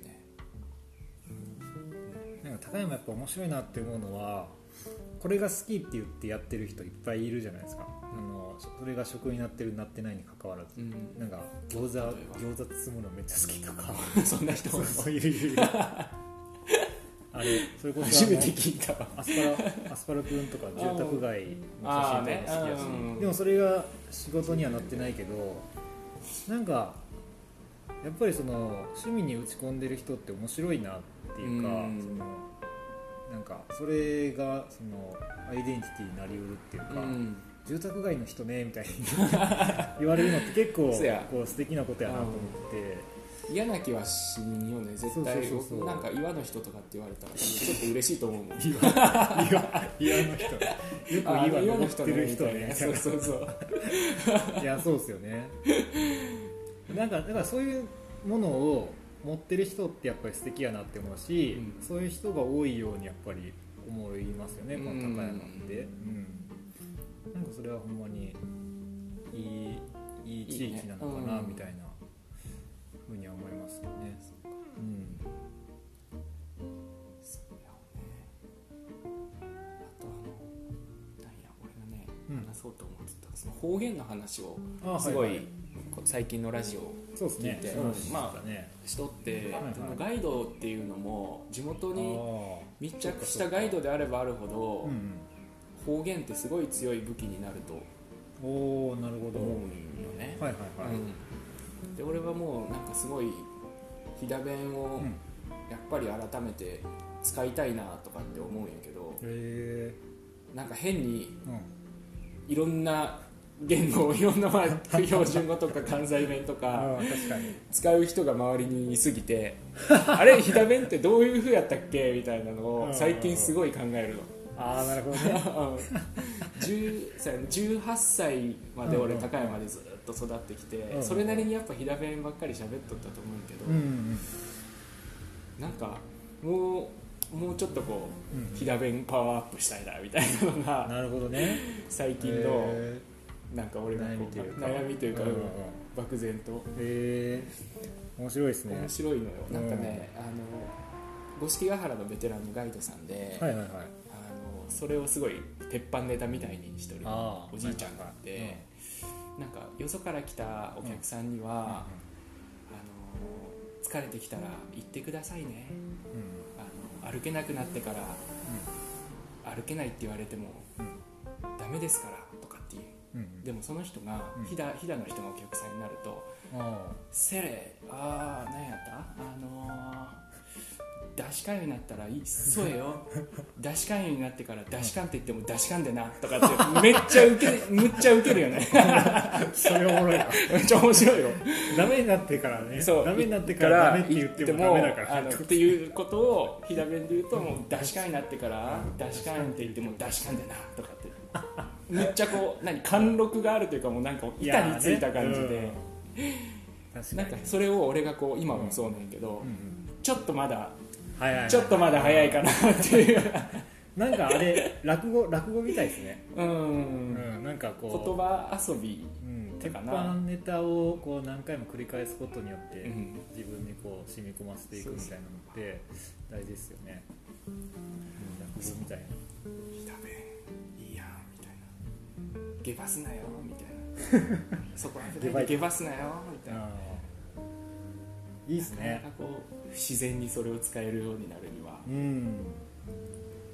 S1: なんか高山やっぱ面白いなって思うのはこれが好きって言ってやってる人いっぱいいるじゃないですかあのそれが食になってるなってないに関わらず、
S2: うん
S1: なんか餃子
S2: 例え
S1: 餃子包むのめっちゃ好きとか
S2: そんな人
S1: そうそういるいるいるあれそれこそあの
S2: 初めて聞いたわ
S1: アスパラアスパラくんとか住宅街の写真とか好きやし、
S2: あーねうん
S1: でもそれが仕事にはなってないけどなんかやっぱりその趣味に打ち込んでる人って面白いなっていうか、
S2: うん
S1: そのなんかそれがそのアイデンティティになりうるっていうか、
S2: うん
S1: 住宅街の人ねみたいに [laughs] 言われるのって結構
S2: そうや
S1: こう素敵なことやなと思って、
S2: 嫌な気はしんよね絶対
S1: そうそうそうそう
S2: なんか岩の人とかって言われたらちょっと嬉しいと思 [laughs] うもん
S1: 岩岩の人よく
S2: あ
S1: 岩登ってる
S2: み
S1: 人
S2: た
S1: ね
S2: いな
S1: みたい
S2: そ
S1: な
S2: うそうそう
S1: いやそうですよねなんかだからそういうものを持ってる人ってやっぱり素敵やなって思うし、
S2: うん
S1: そういう人が多いようにやっぱり思いますよねこの高山って、うんなんかそれはほんまにいいいい地域なのか
S2: いい
S1: な
S2: ねうん
S1: みたいなふうには思いますよね、うん
S2: そうやねあとあのなんや俺がね、
S1: うん
S2: 話そうと思ってたその方言の話を
S1: あはは
S2: すごい、こう最近のラジオ
S1: そうですね
S2: 聞いて
S1: そうですね
S2: ま
S1: ね
S2: しとって、
S1: はいはい
S2: そのガイドっていうのも地元に
S1: あ
S2: 密着したガイドであればあるほど
S1: ー、うん
S2: 方言ってすごい強い武器になると
S1: うん、おおなるほど、
S2: 思うんよね、
S1: はいはいはい、
S2: うん、で俺はもうなんかすごい飛騨弁
S1: う
S2: を
S1: ん
S2: やっぱり改めて使いたいなとかって思うんやけど
S1: へ
S2: なんか変に
S1: え、うん、
S2: いろんな言語をいろんなまあ標準語とか関西弁と
S1: [laughs]
S2: か
S1: あー確かに
S2: 使う人が周りにいす
S1: [laughs]
S2: ぎてあれ飛騨弁ってどういう風やったっけみたいなのを最近すごい考えるの。
S1: ああなるほどね
S2: 10歳18歳まで
S1: う
S2: 俺
S1: んうん
S2: 高山でずっと育ってきて、
S1: んうん
S2: それなりにやっぱ飛騨弁ばっかり喋っとったと [laughs] 思うけど、
S1: うんうん
S2: なんかもうもうちょっとこ
S1: う
S2: うん飛騨弁パワーアップしたいなみたいなの
S1: うん
S2: が
S1: なるほどね
S2: 最近の
S1: へ
S2: なんか俺のこ
S1: 悩みというか
S2: 悩みというか、
S1: うんうんうん
S2: 漠然と
S1: え面白いですね
S2: 面白いのよ、なんかねあの五色ヶ原のベテランのガイドさんで、
S1: はいはいはい
S2: あのそれをすごい鉄板ネタみたいにしとる
S1: あー
S2: おじいちゃんがあって、
S1: はいはいはい
S2: なんかよそから来たお客さんには、あの疲れてきたら行ってくださいね
S1: う
S2: あの歩けなくなってから、歩けないって言われても、ダメですからとかっていうん
S1: うんうん
S2: でもその人が
S1: うん
S2: 飛騨、飛騨の人がお客さんになると
S1: あ
S2: 「セレああ何やったあのー出し勘になったらいいそうよ
S1: [laughs]
S2: 出し勘になってから出し勘って言っても出し勘でなとかってめっちゃウケむっちゃウケるよ
S1: [laughs]
S2: ね
S1: ーそれおもろいな [laughs]
S2: めっちゃ面白いよ
S1: ダメになってからね
S2: そう
S1: ダメになってからダメって言ってもダメだか
S2: あ
S1: ら
S2: のっていうことを飛騨弁で言うともう出し勘になってから出し勘って言っても出し勘でなとかってめっちゃこう何貫禄があるというかもうなんか板についた感じで、
S1: いやーね確
S2: なん
S1: か
S2: か
S1: に
S2: それを俺がこう今もそうなんやけど、
S1: うんうん
S2: ちょっとまだ
S1: はいはいはい
S2: ちょっとまだ早いかなっていう
S1: なんかあれ落語落語みたいですね
S2: う
S1: うんんなんかこ
S2: 言
S1: う
S2: 葉遊び
S1: うん
S2: と
S1: 鉄
S2: かな
S1: 板ネタをこう何回も繰り返すことによって
S2: うん
S1: 自分にこう染み込ませていくみたいなのって大事ですよね落語みたいな
S2: 「ダメいいやん」みたいな「ゲバすなよ」みたいな [laughs] 「そこ危ないでゲバすなよ」みたいな。
S1: いいです
S2: な
S1: ね
S2: かなかこう自然にそれを使えるようになるには
S1: うん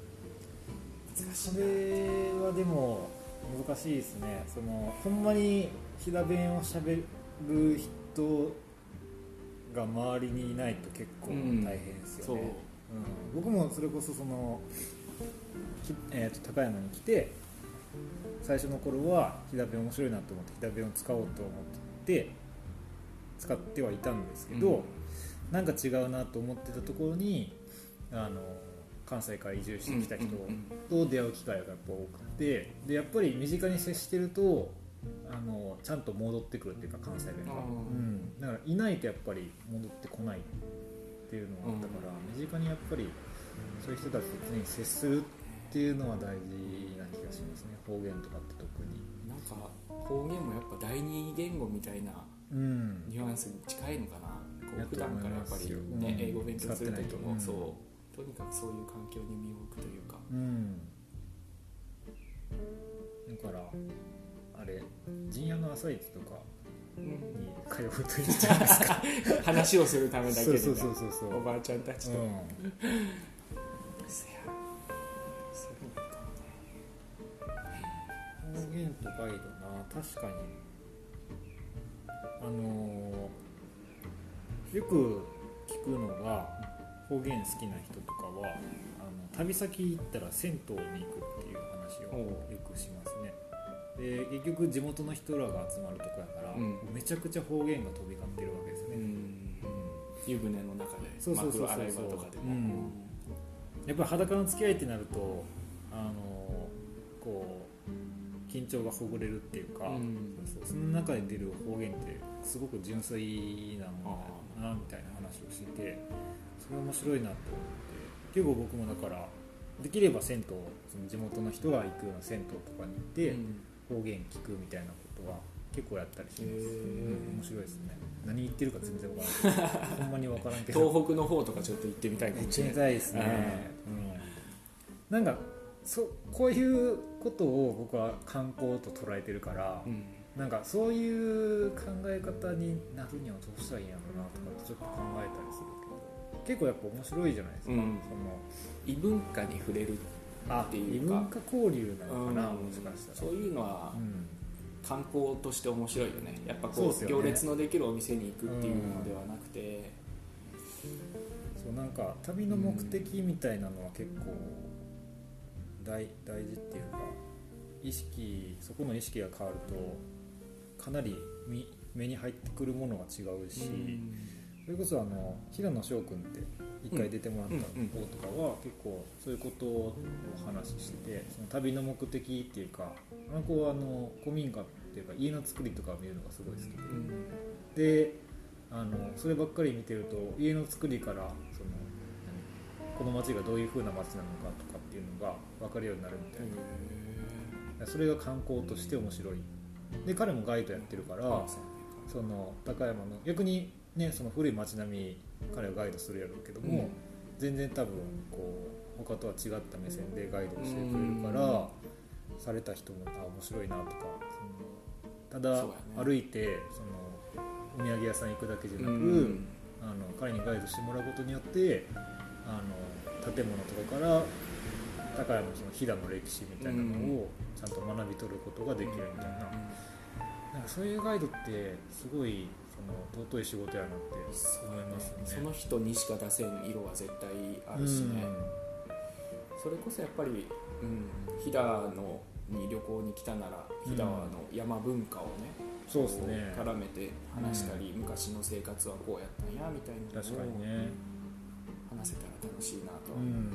S2: 難しい
S1: そ
S2: な
S1: れはでも難しいですねそのほんまに平弁をしゃべる人が周りにいないと結構大変です
S2: そ
S1: よ
S2: う
S1: ね、うん僕もそれこそその、きえーと高山に来て最初の頃は平弁面白いなと思って平弁を使おうと思ってて使ってはいたんですけど、
S2: うん
S1: なんか違うなと思ってたところにあの関西から移住してきた人と出会う機会がやっぱ多くてでやっぱり身近に接してるとあのちゃんと戻ってくるっていうか関西弁が、
S2: あー
S1: うん、だからいないとやっぱり戻ってこないっていうのがあったから、身近にやっぱりそういう人たちと常に接するっていうのは大事な気がしますね方言とかって特に。
S2: なんか方言もやっぱ第二言語みたいな
S1: うん
S2: ニュアンスに近いのかなこ
S1: や
S2: う
S1: と
S2: 普段
S1: 思
S2: か
S1: い
S2: らや
S1: ま
S2: っぱ
S1: す
S2: り、
S1: よ
S2: ね
S1: うん
S2: 英語勉強す
S1: 使っ
S2: る時もそ
S1: てないとうん
S2: うとにかくそういう環境に身を置くというか
S1: うんだからあれ陣屋の朝市とか
S2: うん
S1: に通うといいじゃない
S2: [laughs]
S1: ですか
S2: 話をするためだけ
S1: そう [laughs]
S2: で
S1: そうそうそうそう、
S2: おばあちゃんたちと、
S1: う
S2: せやそうだったね
S1: ん、方言とガイドな確かにあのーよく聞くのが方言好きな人とかはあの旅先行ったら銭湯に行くっていう話をよくしますねで結局地元の人らが集まるとこやから、
S2: うん
S1: めちゃくちゃ方言が飛び交ってるわけです
S2: う
S1: ね、
S2: ん
S1: うん
S2: 湯船の中で
S1: そうそうそうそう
S2: 幕洗い場とかでも、
S1: うんやっぱり裸の付き合いってなるとあのこう緊張がほぐれるっていうか、
S2: うん
S1: そうそうその中で出る方言ってすごく純粋なものだなみたいな話をしててそれ面白いなと思って結構僕もだからできれば銭湯その地元の人が行くような銭湯とかに行って、
S2: うん
S1: 方言聞くみたいなことは結構やったりします、
S2: へ
S1: う
S2: ー
S1: ん面白いですね何言ってるか全然わからない
S2: [laughs]
S1: ほんまにわからんけど
S2: 東北の方とかちょっと行ってみたいか
S1: めっ
S2: も
S1: ち
S2: し
S1: ゃ
S2: れ
S1: 見
S2: ない
S1: たいですね、うん、なんかそこういうことを僕は観光と捉えてるから、
S2: うん
S1: なんかそういう考え方になるにはどうしたらいいんやろうなとかってちょっと考えたりするけど結構やっぱ面白いじゃないですか、
S2: うん
S1: その
S2: 異文化に触れる
S1: あ
S2: ってい
S1: 異
S2: うか
S1: 文化交流なのかな、
S2: うん
S1: もしかした
S2: そう
S1: ら。
S2: いうのは
S1: うん
S2: 観光として面白いよねやっぱ
S1: そう
S2: こ
S1: っ
S2: う
S1: すよね
S2: 行列のできるお店に行くっていうのではなくて、
S1: そうなんか旅の目的みたいなのは結構大大事っていうか意識そこの意識が変わるとかなりみ目に入ってくるものが違うし、それこそあの平野翔君って一回出てもらった
S2: うん
S1: 方とかは結構そういうことをお話ししててその旅の目的っていうかあの子はあの古民家っていうか家の作りとかを見るのがすごい好きで。
S2: うん
S1: であのそればっかり見てると家の作りからその何この町がどういう風な町なのかとかっていうのが分かるようになるみたいな、それが観光として面白いで彼もガイドやってるから、その高山の逆にねその古い町並み彼はガイドするやろうけども、
S2: うん
S1: 全然多分こう他とは違った目線でガイドをしてくれるから、された人もあ面白いなとかそのただ
S2: そうやね
S1: 歩いてそのお土産屋さん行くだけじゃなく、
S2: うん
S1: あの彼にガイドしてもらうことによってあの建物とかから高山のその飛騨の歴史みたいなのをちゃんと学び取ることができるみたいな。なんかそういうガイドってすごいその尊い仕事やなって思いますね。
S2: その人にしか出せん色は絶対あるしね、それこそやっぱり、うん、飛騨のに旅行に来たなら
S1: うん
S2: 飛騨の山文化をね、
S1: そうですね。
S2: こう絡めて話したり、昔の生活はこうやったんやみたい
S1: 確
S2: な
S1: か
S2: のを
S1: にね。
S2: 話せたら楽しいなと、
S1: うん。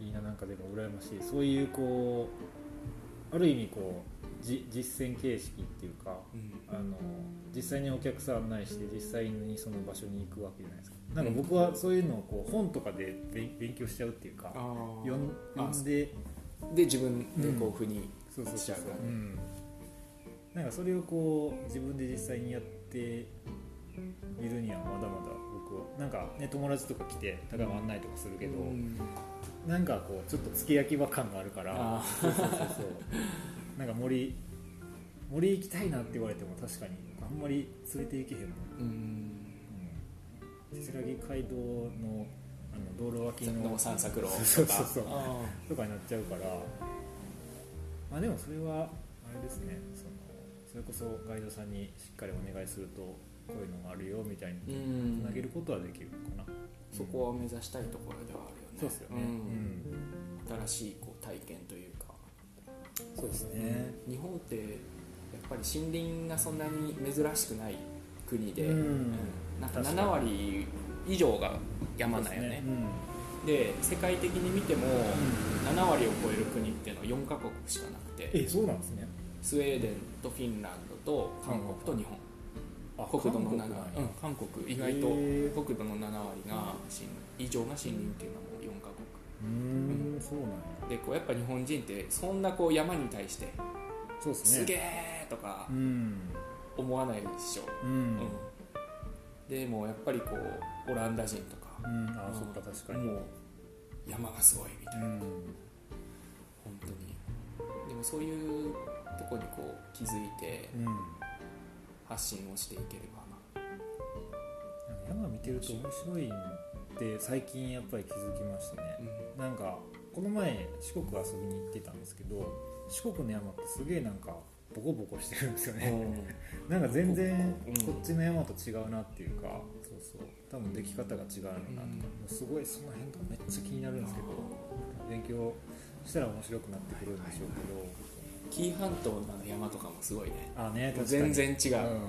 S1: いいななんかでも羨ましい。そういうこうある意味こうじ実践形式っていうか。あの実際にお客さん案内して実際にその場所に行くわけじゃないですかなんか僕はそういうのをこう本とかで勉勉強しちゃうっていうか読ん読んで
S2: で自分でこう腑に、
S1: そうそう
S2: しち
S1: そう
S2: ゃうからね
S1: ん、なんかそれをこう自分で実際にやっているにはまだまだ僕はなんかね友達とか来て高山案内とかするけど、
S2: うん
S1: なんかこうちょっと付け焼き場感があるから
S2: あ
S1: そうそうそうそうなんか森森行きたいなって言われても確かにあんまり連れて行けへんもん、
S2: うん
S1: うん、せせらぎ街道のあの道路脇の
S2: の散策路とか
S1: そうそうそう
S2: あ
S1: とかになっちゃうからまあでもそれはあれですねそのそれこそガイドさんにしっかりお願いするとこういうのがあるよみたい
S2: ーう
S1: につ
S2: ん
S1: なげることはできるのかな、
S2: そこを目指したいところではあるよね
S1: そうですよね、
S2: ん
S1: うん
S2: 新しいこう体験というか
S1: そうですね
S2: 日本ってやっぱり森林がそんなに珍しくない国で、
S1: うん
S2: うんなんか
S1: 確か
S2: 7
S1: に
S2: 割以上が山だよねで世界的に見ても7割を超える国っていうのは4カ国しかなく
S1: うん、
S2: て
S1: えそうなんですね
S2: スウェーデンとフィンランドと韓国と日本、
S1: あ
S2: 国土の7
S1: 韓国なん
S2: 割うん
S1: や
S2: 韓国意外と
S1: へー
S2: 国土の7割が森以上が森林っていうのも4カ
S1: うーんそうなんや
S2: 国でこうやっぱ日本人ってそんなこう山に対して
S1: そうです
S2: 「
S1: ね
S2: すげえ!」とか
S1: うん
S2: 思わないでしょ、
S1: うん、
S2: うんでもやっぱりこうオランダ人とか
S1: うんああ
S2: うん
S1: そっか確かに
S2: もう山がすごいみたいな
S1: うん
S2: 本当にでもそういうとこにこう気づいて
S1: うん
S2: 発信をしていければな
S1: 山見てると面白いんで最近やっぱり気づきましたねなんかこの前四国遊びに行ってたんですけど四国の山ってすげえなんかボコボコしてるんですよね、なんか全然
S2: ボコボコうん
S1: こっちの山と違うなっていうか、そうそう多分出来方が違うのかなとか、
S2: うん
S1: もうすごいその辺とかめっちゃ気になるんですけど勉強したら面白くなってくるんでしょうけど、
S2: 紀伊半島のあの山とかもすごいね
S1: あね確かに
S2: 全然違う、
S1: う
S2: うん
S1: ん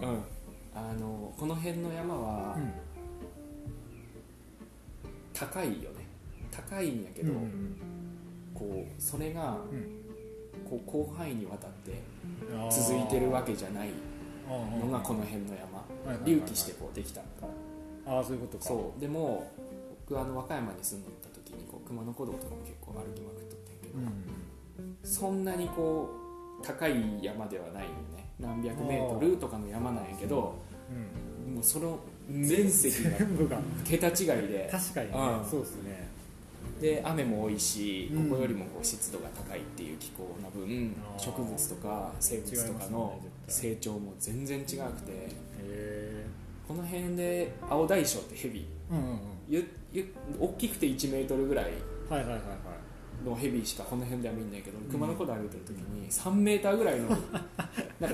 S2: あのこの辺の山は
S1: うん
S2: 高いよね高いんやけど、
S1: うん
S2: こうそれが
S1: うん
S2: こう広範囲にわたって
S1: あー
S2: 続いてるわけじゃない
S1: うんう
S2: の
S1: ん
S2: がこの辺の山
S1: いはいはい
S2: 隆起してこうできたのか
S1: ああそういうことか
S2: そうでも僕あの和歌山に住んでた時にこう熊野古道とかも結構歩きまくっとったんやけど、
S1: ん
S2: そんなにこう高い山ではないよね何百メートルとかの山なんやけど
S1: うん
S2: もうその面積が
S1: 全部が
S2: 桁違い
S1: [laughs]
S2: で
S1: 確かにね、
S2: うん
S1: そうですね
S2: で雨も多いし
S1: うん
S2: ここよりもこう湿度が高いっていう気候な分
S1: あー
S2: 植物とか生物とかの
S1: 違います
S2: 成長も全然違くて
S1: へ
S2: この辺で青大将ってヘビ
S1: えうんうんうん
S2: ゆゆ大きくて1メートルぐらい
S1: はいはいはいはい
S2: のヘビしかこの辺では見んないけど熊野古道歩いてる時に3メーターぐ
S1: [laughs]
S2: らいのなんか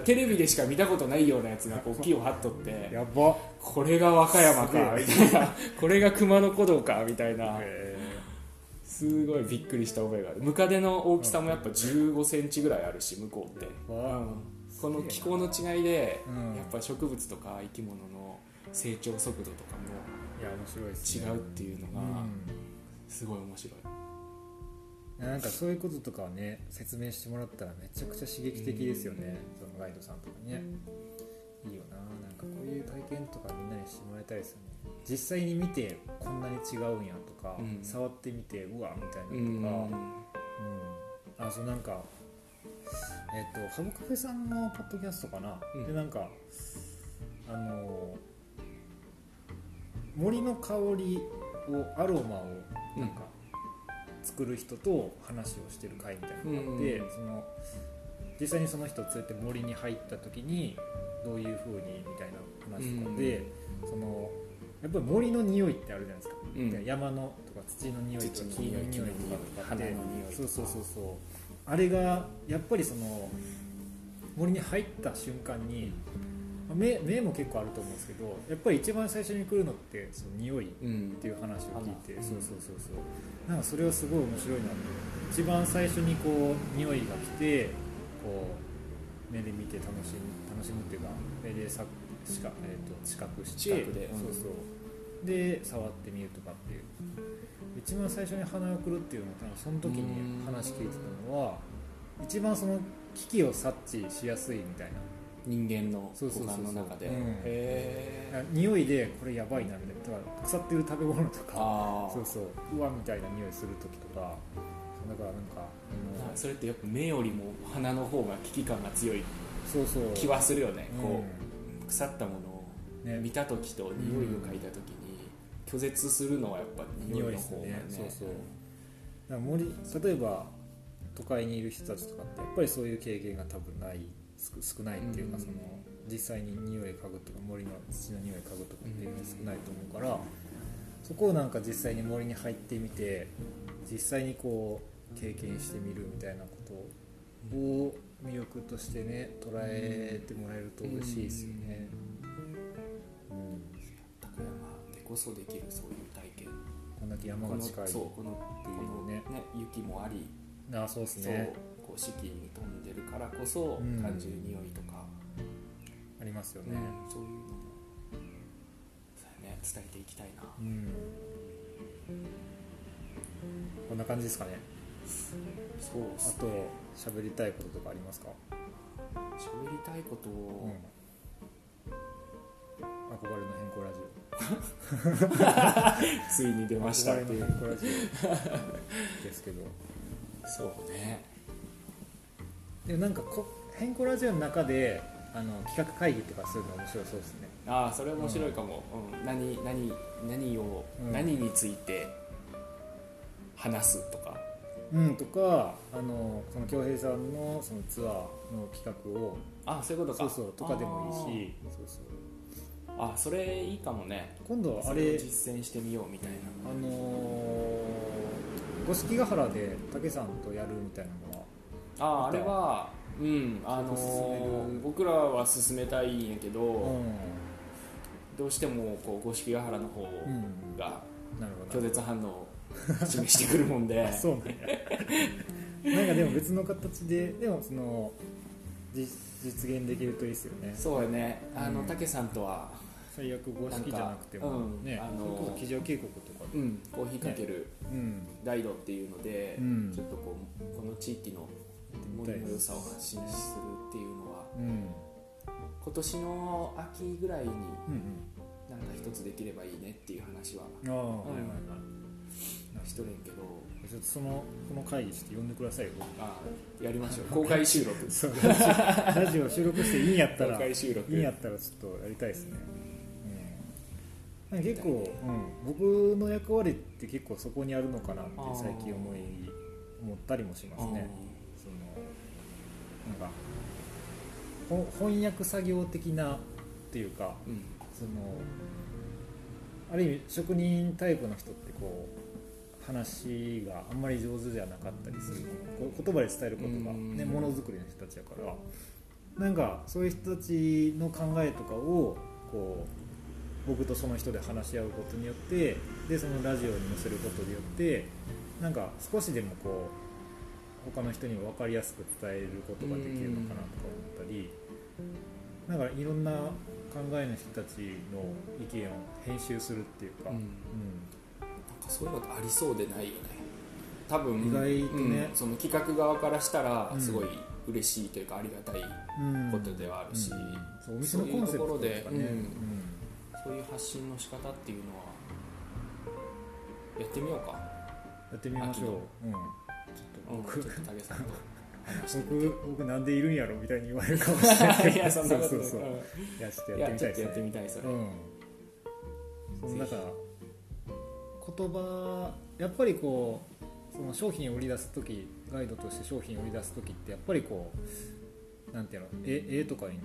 S2: テレビでしか見たことないようなやつがこう木を張っとって
S1: やば
S2: これが和歌山かみたいなこれが熊野古道かみたいな
S1: へ
S2: すごいびっくりした覚えがあるムカデの大きさもやっぱ1 5ンチぐらいあるし向こうって、
S1: う
S2: うん
S1: わ
S2: この気候の違いで
S1: うん
S2: やっぱ植物とか生き物の成長速度とかも
S1: えいや面白いですね
S2: 違うっていうのが
S1: う
S2: すごい面白い
S1: ん、なんかそういうこととかはね説明してもらったらめちゃくちゃ刺激的ですよね、そのガイドさんとかにねいいよななんかこういう体験とかみんなにしてもらいたいですよね実際に見てこんなに違うんやとか、
S2: うん
S1: 触ってみてうわみたいなの
S2: う
S1: とか、
S2: ん
S1: うん、あそうなんかえっ、とハブカフェさんのポッドキャストかな、
S2: うん
S1: でなんかあのー森の香りをアロマをなんか作る人と話をしてる会みたいなのがあって、
S2: うん
S1: その実際にその人を連れて森に入った時にどういう風にみたいな話とかで、そのやっぱり森の匂いってあるじゃないですか、
S2: うん
S1: で山のとか土の匂いとか
S2: 土の
S1: 木
S2: 匂
S1: の
S2: い
S1: 匂いとかとかって
S2: 花の匂いとか
S1: そうそうそうそうあれがやっぱりその森に入った瞬間に目目も結構あると思うんですけどやっぱり一番最初に来るのってその匂いっ
S2: うん
S1: ていう話を聞いてそ
S2: 花
S1: うそうそうそうなんかそれはすごい面白いなって一番最初にこう匂いが来てこう目で見て楽しむ楽しむっていうか目でさしか、えー、と視覚して
S2: 視覚でうん
S1: そうそうで触ってみるとかっていう一番最初に鼻が来るっていうのも多分その時に話聞いてたのは一番その危機を察知しやすいみたいな
S2: 人間の
S1: そうそう
S2: 五
S1: そうそう
S2: 感の中で
S1: うん
S2: へー
S1: あ匂いでこれやばいなみたいなだから腐ってる食べ物とか
S2: ああ
S1: そうそううわみたいな匂いする時とかそうだからなんかあの
S2: それってやっぱ目よりも鼻の方が危機感が強い
S1: そうそう
S2: 気はするよね、
S1: うん
S2: こう腐ったものを
S1: ね
S2: 見た時と匂いを嗅いだ時に拒絶するのはやっぱ匂いの方がね
S1: 匂いですねそうだから森例えば都会にいる人たちとかってやっぱりそういう経験が多分ないすく少ないっていうか、
S2: うん
S1: その実際に匂い嗅ぐとか森の土の匂い嗅ぐとかっていうのは少ないと思うから、そこをなんか実際に森に入ってみて実際にこう経験してみるみたいなことを魅力としてね捉えてもらえると嬉しいですよね。うん
S2: 高山でこそできるそういう体験
S1: こんだけ山
S2: こ
S1: が
S2: の
S1: 近い
S2: そうこの
S1: ていうのね
S2: このね雪もあり
S1: あそうです
S2: そう
S1: ね
S2: こう四季に飛んでるからこそ
S1: うん
S2: 感じる匂いとか、
S1: ありますよ
S2: ね
S1: ね。
S2: そういうのもそうやね伝えていきたいな
S1: うんこんな感じですかね。
S2: そうっす
S1: あと喋りたいこととかありますか？
S2: 喋りたいこと
S1: うん
S2: を、。
S1: 憧れの変更ラジ
S2: ついに出
S1: オ。
S2: ましたっ
S1: 憧
S2: て
S1: れ
S2: い
S1: の
S2: う
S1: 変更ラジオ [laughs] ですけど、
S2: そうね
S1: でもなんかこ変更ラジオの中であの企画会議とかするの面白そうですね。
S2: ああそれ面白いかも、うん何何何を、
S1: うん
S2: 何について話すとか
S1: うん、とかあのその恭平さんのそのツアーの企画を
S2: ああそういうこと
S1: そ
S2: か
S1: うそうとかでもいい
S2: し
S1: しそうそう
S2: ああそれいいかもね
S1: 今度は
S2: あ
S1: あ
S2: れ
S1: れ
S2: を実践してみようみたいな
S1: あのー五色ヶ原で武さんとやるみたいなのは
S2: あああれはうんあの
S1: 進める
S2: 僕らは進めたいんやけど、
S1: う
S2: どうしてもこう五色ヶ原の方
S1: ん、うん、
S2: が
S1: なるほど
S2: 拒
S1: な
S2: 絶反応を示してくるも
S1: [laughs]
S2: んで
S1: そうなんやなんかでも別の形ででもその実実現できるといいですよね
S2: そうやねあの
S1: うん
S2: 武さんとは
S1: 最悪五色じゃなくて
S2: な
S1: も
S2: んかうん
S1: ね、
S2: あのー
S1: それこそ騎乗渓谷とかで
S2: うんコーヒーかける
S1: うん
S2: ガイドっていうので、
S1: うん
S2: ちょっとこうこの地域の
S1: 行ってみたい
S2: 森の
S1: で
S2: 良
S1: す
S2: さを発信するっていうのは
S1: うん
S2: 今年の秋ぐらいに
S1: うん
S2: なんか一つできればいいねっていう話は
S1: うんああ、はいはいはい
S2: しとるんやけど
S1: ちょっとそのこの会議ちょっと呼んでくださいよ
S2: あやりま
S1: [laughs]
S2: しょう公開収録
S1: そうラジオラジオ収録していいんやった
S2: 公
S1: ら
S2: 開収録
S1: いいんやったらちょっとやりたいですね、うん、結構、うん、僕の役割って結構そこにあるのかなって最近思い思ったりもしますねそのなんかほ翻訳作業的なっていうか
S2: うん
S1: そのある意味職人タイプの人ってこう話があんまり上手じゃなかったりするこう言葉で伝えることが、
S2: うん
S1: ね、ものづくりの人たちやからなんかそういう人たちの考えとかをこう僕とその人で話し合うことによってでそのラジオに載せることによってなんか少しでもこう他の人にも分かりやすく伝えることができるのかなとか思ったり。だからいろんな考えの人たちの意見を編集するっていうか、
S2: う
S1: うん
S2: んなんかそういうことありそうでないよね多分
S1: 意外とね
S2: うんその企画側からしたら
S1: うん
S2: すごい嬉しいというかありがたい
S1: うん
S2: ことではあるし、
S1: うんそうお店のコンセプトとかね
S2: そういうところでうん
S1: うん
S2: そういう発信の仕方っていうのはやってみようか、
S1: やってみましょう、うん、ちょっと
S2: うん、ち
S1: 僕
S2: ょっと武
S1: [laughs]
S2: さんと話してみて
S1: 僕僕なんでいるんやろみたいに言われるかもしれないけど
S2: [laughs] いやそんなこと
S1: そうそうそう
S2: う
S1: いやちょっと
S2: んい
S1: やって
S2: や
S1: みたい
S2: ちょっと
S1: で
S2: やっ
S1: す
S2: て
S1: ね
S2: みたいそれ、
S1: うんそのだから言葉やっぱりこうその商品を売り出す時ガイドとして商品を売り出す時ってやっぱりこうなんていうの絵絵とかに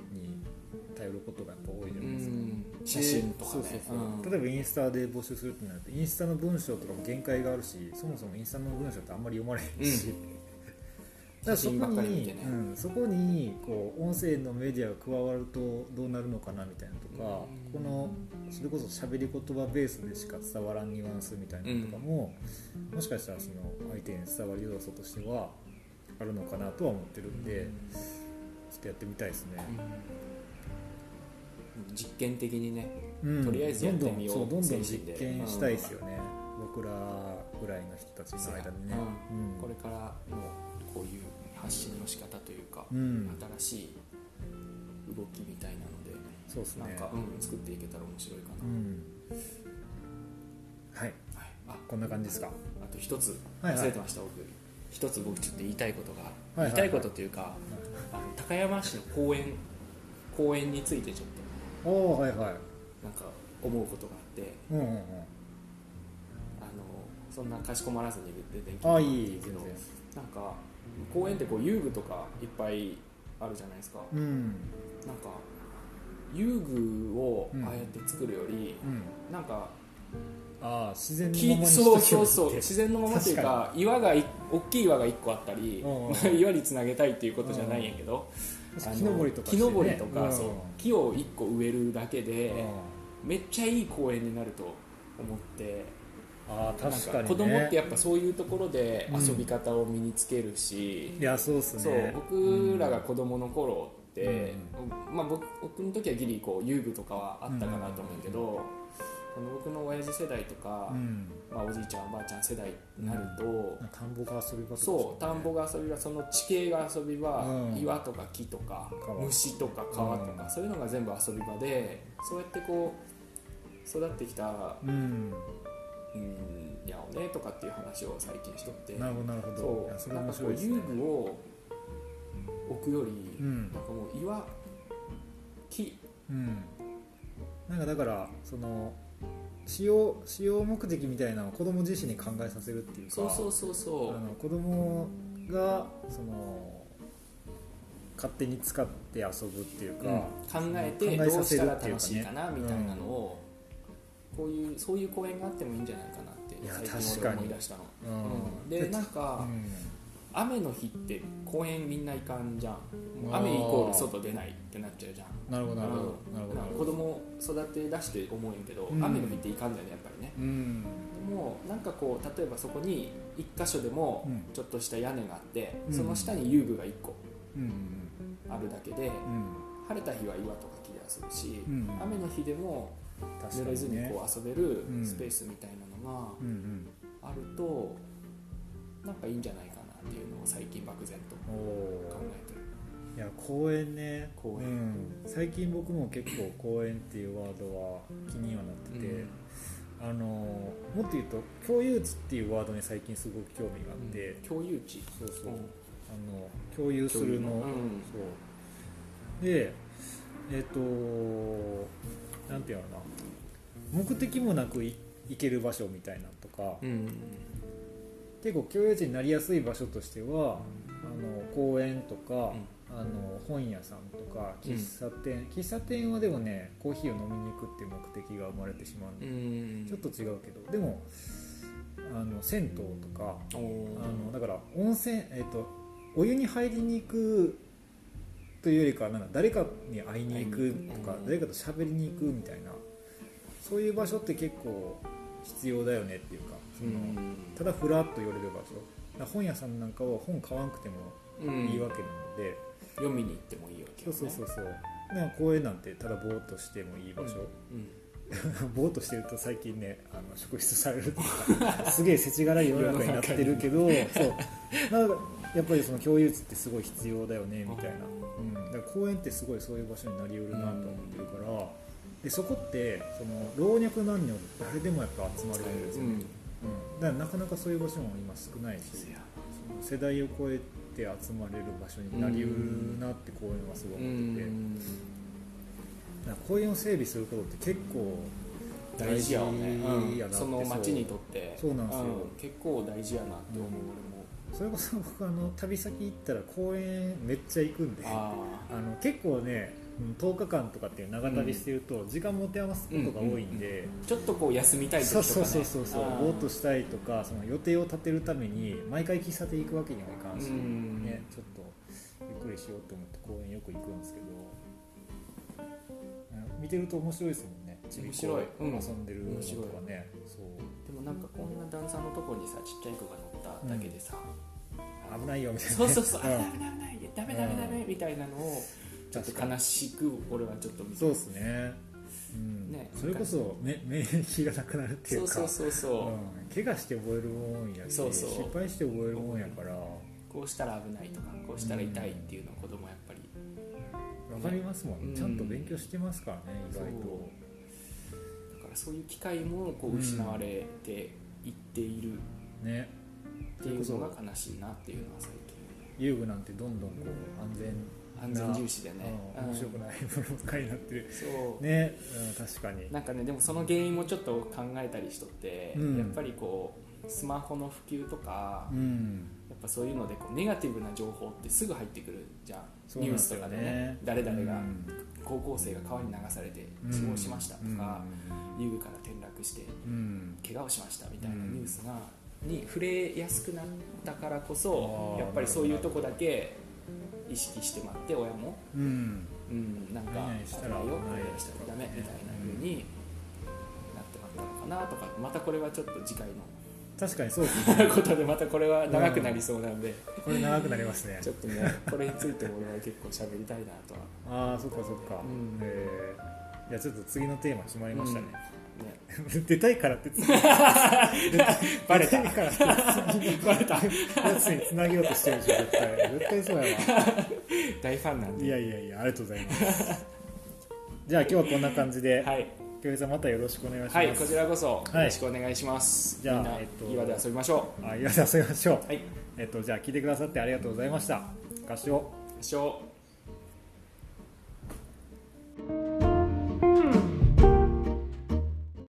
S1: 頼ることがやっぱ多いじゃ
S2: う
S1: ないですか、
S2: ん、写真とか
S1: そ
S2: ね
S1: うそうそう
S2: うん
S1: 例えばインスタで募集するってなるとインスタの文章とかも限界があるしそもそもインスタの文章ってあんまり読まれへんし、
S2: う
S1: [laughs] だからそこ
S2: 写真ばっかり見
S1: に、
S2: てね
S1: うん、そこにこう音声のメディアが加わるとどうなるのかなみたいなとか、
S2: う
S1: こ
S2: ん
S1: のそれこそ喋り言葉ベースでしか伝わらんニュアンスみたいなのとかも、もしかしたらその相手に伝わる要素としてはあるのかなとは思ってるんで、ちょっとやってみたいですね。
S2: うん実験的にね
S1: うん
S2: とりあえずやってみよう
S1: どんどんそうどんどん
S2: 精
S1: 実
S2: 神で
S1: 験したいですよね、僕らぐらいの人たちの間でね、うん
S2: これからのこういう発信の仕方というか、
S1: うん
S2: 新しい動きみたいなので、
S1: そうです
S2: なん
S1: ね
S2: か、うん、作っていけたら面白いか
S1: う
S2: な、
S1: んはい
S2: はい、あ
S1: こんな感じですか
S2: あと一つ
S1: はいはい
S2: 忘れてました、僕一つ僕ちょっと言いたいことが、
S1: いはいはい
S2: 言いたいことというかあの高山市の公園公園についてちょっ
S1: おおはいはい
S2: となんか思うことがあって
S1: うんうん
S2: あのそんなかしこまらずに出てき
S1: うんあ
S2: た
S1: あ
S2: ん
S1: いいい
S2: で
S1: い
S2: すけ
S1: 全
S2: ど
S1: 然
S2: なんか公園ってこう遊具とかいっぱいあるじゃないですか、
S1: うん
S2: なんか遊具を
S1: うん
S2: ああやって作るより、
S1: うん
S2: なんか
S1: ああ自然の
S2: 木
S1: ままにし
S2: そう
S1: と
S2: そう
S1: き
S2: そ
S1: を言っ
S2: う
S1: て
S2: 自然のままというか岩がい大きい岩が1個あったり、
S1: うん
S2: [laughs] 岩につなげたいっていうことじゃないんやけど、あの
S1: 木登りとかして、ね、
S2: 木登りとか
S1: うん
S2: そう木を1個植えるだけで、
S1: うん
S2: めっちゃいい公園になると思って。
S1: ああ
S2: なん
S1: 確かに、ね、
S2: 子供ってや
S1: っ
S2: っぱそういうところで
S1: うん
S2: 遊び方を身につけるし、
S1: いやそうっすね
S2: そう僕らが子供の頃って、まあ、僕僕の時はギリこう遊具とかはあったかなと思うけど、この僕の親父世代とか、
S1: うん、
S2: まあ、おじいちゃんおばあちゃん世代になると、
S1: うん、田んぼが遊び場とか
S2: そう田んぼが遊び場その地形が遊び場、
S1: うん
S2: 岩とか木とか
S1: 川
S2: 虫とか川とか、
S1: うん
S2: そういうのが全部遊び場でそうやってこう育ってきた、
S1: うん
S2: うん、やおねとかっていう話を最近しとって
S1: なるほどなるほどいや
S2: そう
S1: それ
S2: なん
S1: 面
S2: かこ
S1: 白
S2: う
S1: いですね
S2: 遊具を置くより、
S1: うん
S2: なんかもう岩木
S1: なんかだからその使用使用目的みたいなのを子供自身に考えさせるっていうか
S2: そうそうそうそ
S1: あの子供がその勝手に使って遊ぶっていう
S2: う、
S1: か、
S2: うん、考えて
S1: 考え
S2: どう
S1: さ
S2: し
S1: せ
S2: た
S1: る
S2: ら
S1: っていうかね
S2: 楽しいかなみたいなのを、こういうそういう公演があってもいいんじゃないかなって
S1: いや
S2: 最近
S1: 確か
S2: 俺
S1: に
S2: 思い出したの、
S1: うん
S2: でなんか、
S1: うん
S2: 雨の日って公園みんな行かんじゃん
S1: あー
S2: 雨イコール外出ないってなっちゃうじゃん
S1: なるほどなるほど
S2: うん
S1: なるほどなる
S2: 子
S1: ほど
S2: 供育て出して思うんやけど、
S1: うん
S2: 雨の日って行かんじゃんねやっぱりね
S1: うん
S2: でもなんかこう例えばそこに一箇所でも
S1: うん
S2: ちょっとした屋根があって、
S1: うん
S2: その下に遊具が1個
S1: うん
S2: あるだけで、
S1: うん
S2: 晴れた日は岩とか木で遊ぶし、
S1: うん
S2: 雨の日でも
S1: 確か
S2: 濡れず
S1: に
S2: に
S1: ね
S2: こう遊べる
S1: うん
S2: スペースみたいなの
S1: うん
S2: があると、なんかいいんじゃないかなっていうのを最近漠然と
S1: うんお
S2: 考
S1: ー
S2: えてる。
S1: いや公園ね
S2: 公園
S1: うん最近僕も結構公園っていうワードは気にはなってて、
S2: うん
S1: あのもっと言うと共有地っていうワードに最近すごく興味があって、
S2: 共有地
S1: そうそう、
S2: うん
S1: あの共有するの、
S2: 共有のうん
S1: そうでえっ、となんていうのかな目的もなくい行ける場所みたいなのとか、
S2: うん
S1: 結構共有地になりやすい場所としてはあの公園とか、あの本屋さんとか喫茶店、喫茶店はでもねコーヒーを飲みに行くっていう目的が生まれてしまうんで
S2: う、ん
S1: ちょっと違うけどでもあの銭湯とか
S2: おー
S1: あのだから温泉えっ、とお湯に入りに行くというよりかはなんか誰かに会いに行くとか
S2: うん
S1: 誰かと喋りに行くみたいなそういう場所って結構必要だよねっていうかその
S2: うん
S1: ただふらっと寄れる場所だから本屋さんなんかは本買わなくても
S2: うん
S1: いいわけなので、
S2: 読みに行ってもいいわけよ
S1: そう
S2: ね
S1: そうそうそうなんか公園なんてただぼーっとしてもいい場所、
S2: うん
S1: [laughs] ぼーっとしてると最近ねあの職質されるとかすげえ世知辛い世の中になってるけ [laughs] どそうなんかやっぱりその共有地ってすごい必要だよねみたいな、うん、だから公園ってすごいそういう場所になりうるなと思ってるから、でそこってその老若男女誰でもやっぱ集まれるんですよね、うんだからなかなかそういう場所も今少ないし
S2: せや
S1: 世代を超えて集まれる場所になりうるなって公園はすごい思ってて。なんか公園を整備することって結構
S2: 大事やわね、
S1: 大事やなっ
S2: うん
S1: て
S2: その町にとって
S1: そうなんですよ
S2: 結構大事やなって思う
S1: そうそれこそ僕あの旅先行ったら公園めっちゃ行くんで
S2: 俺
S1: あ
S2: も
S1: の結構ねうん10日間とかっていう長旅してると時間持て余すことが多いんで、
S2: あーちょっとこう休みたい時と
S1: そう
S2: か、ね、
S1: そうそうそうそう
S2: あー
S1: ぼーっとしたいとかその予定を立てるために毎回喫茶店行くわけにはいかんし、
S2: うん
S1: ね、ちょっとゆっくりしようと思って公園よく行くんですけどうん見てると面白いですもんねちびっ子が
S2: 面白
S1: 遊
S2: い
S1: んでるのとかね、そう
S2: でもなんかこんな段差のとこにさちっちゃい子が乗っただけでさ、
S1: 危ないよみたいなね
S2: そうそ
S1: [laughs]
S2: うそう、
S1: ん
S2: 危ない危ない危ないダメダメダメみたいなのを [laughs] ちょっと悲しく俺はちょっと見て
S1: そう
S2: る
S1: ですね,、うん、
S2: ね
S1: それこそ、ね、 [laughs] 免疫がなくなるってい
S2: そうう
S1: か
S2: そうそうそう、
S1: うん怪我して覚えるもんやし
S2: そうそう
S1: 失敗して覚えるもんやから
S2: こうしたら危ないとかこうしたら痛いっていうのを子供はやっぱり
S1: 分かりますもん、
S2: うん
S1: ちゃんと勉強してますからね意
S2: そう
S1: 外
S2: だからそういう機会もこう失われていっている
S1: とね
S2: っていうのが悲しいなっていうのは最
S1: 遊具なんてどんどんこう安全
S2: 近安全重視でね、
S1: うん面白く
S2: い
S1: ないものばっかりにな
S2: [laughs]
S1: ってる
S2: そう、
S1: ね、うん、確かに
S2: なんかねでもその原因もちょっと考えたりしとって、
S1: うん
S2: やっぱりこうスマホの普及とか、
S1: う
S2: や
S1: ん
S2: っぱそういうのでこうネガティブな情報ってすぐ入ってくるじゃん
S1: そう
S2: ニ
S1: なん
S2: ュ
S1: で
S2: ース
S1: す
S2: と
S1: よ
S2: か
S1: ね
S2: でね誰々が
S1: うん
S2: 高校生が川に流されて死亡しましたとか、遊具から転落して
S1: うんうん
S2: 怪我をしましたみたいなニュースが、に触れやすくなったからこそ
S1: あー
S2: やっぱりそういうとこだけ意識してもらって親も、
S1: うん
S2: うん、なんか
S1: 何々したら
S2: 危ないよ
S1: 危ない
S2: 何々したらダメみたいな風になってまったのかなとかまたこれはちょっと次回の [laughs]
S1: 確かにそうですね
S2: ことでまたこれは長くなりそうなんで、
S1: これ長くなりますね
S2: ちょっとねこれについても俺は結構喋りたいなとは、
S1: ああそっかそっか、
S2: うん
S1: えーいやちょっと次のテーマ決まりましたね、
S2: ね、
S1: [laughs] 出たいからって次
S2: [laughs] バレた
S1: 出いからって次の
S2: バレた
S1: やつにつなげようとしてるでしょ絶対絶対そうやわ
S2: 大ファンなんで
S1: いやいやいやありがとうございますじゃあ今日はこんな感じで
S2: はい、
S1: 京平さんまたよろしくお願いします、
S2: はい、こちらこそよ
S1: い
S2: ろしくお願いします、
S1: じゃあ
S2: みんな、
S1: えっと
S2: 岩で遊びましょ
S1: あいやじゃあそうしましょう、
S2: うはい
S1: えっとじゃあ聞いてくださってありがとうございました合唱
S2: 一生